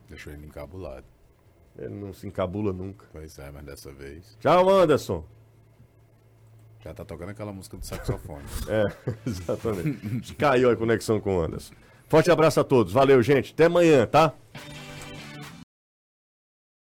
[SPEAKER 6] Deixou ele encabulado.
[SPEAKER 1] Ele não se encabula nunca.
[SPEAKER 6] Pois é, mas dessa vez
[SPEAKER 1] Tchau, Anderson.
[SPEAKER 6] já tá tocando aquela música do saxofone.
[SPEAKER 1] É, exatamente. Caiu a conexão com o Anderson. Forte abraço a todos. Valeu, gente. Até amanhã, tá?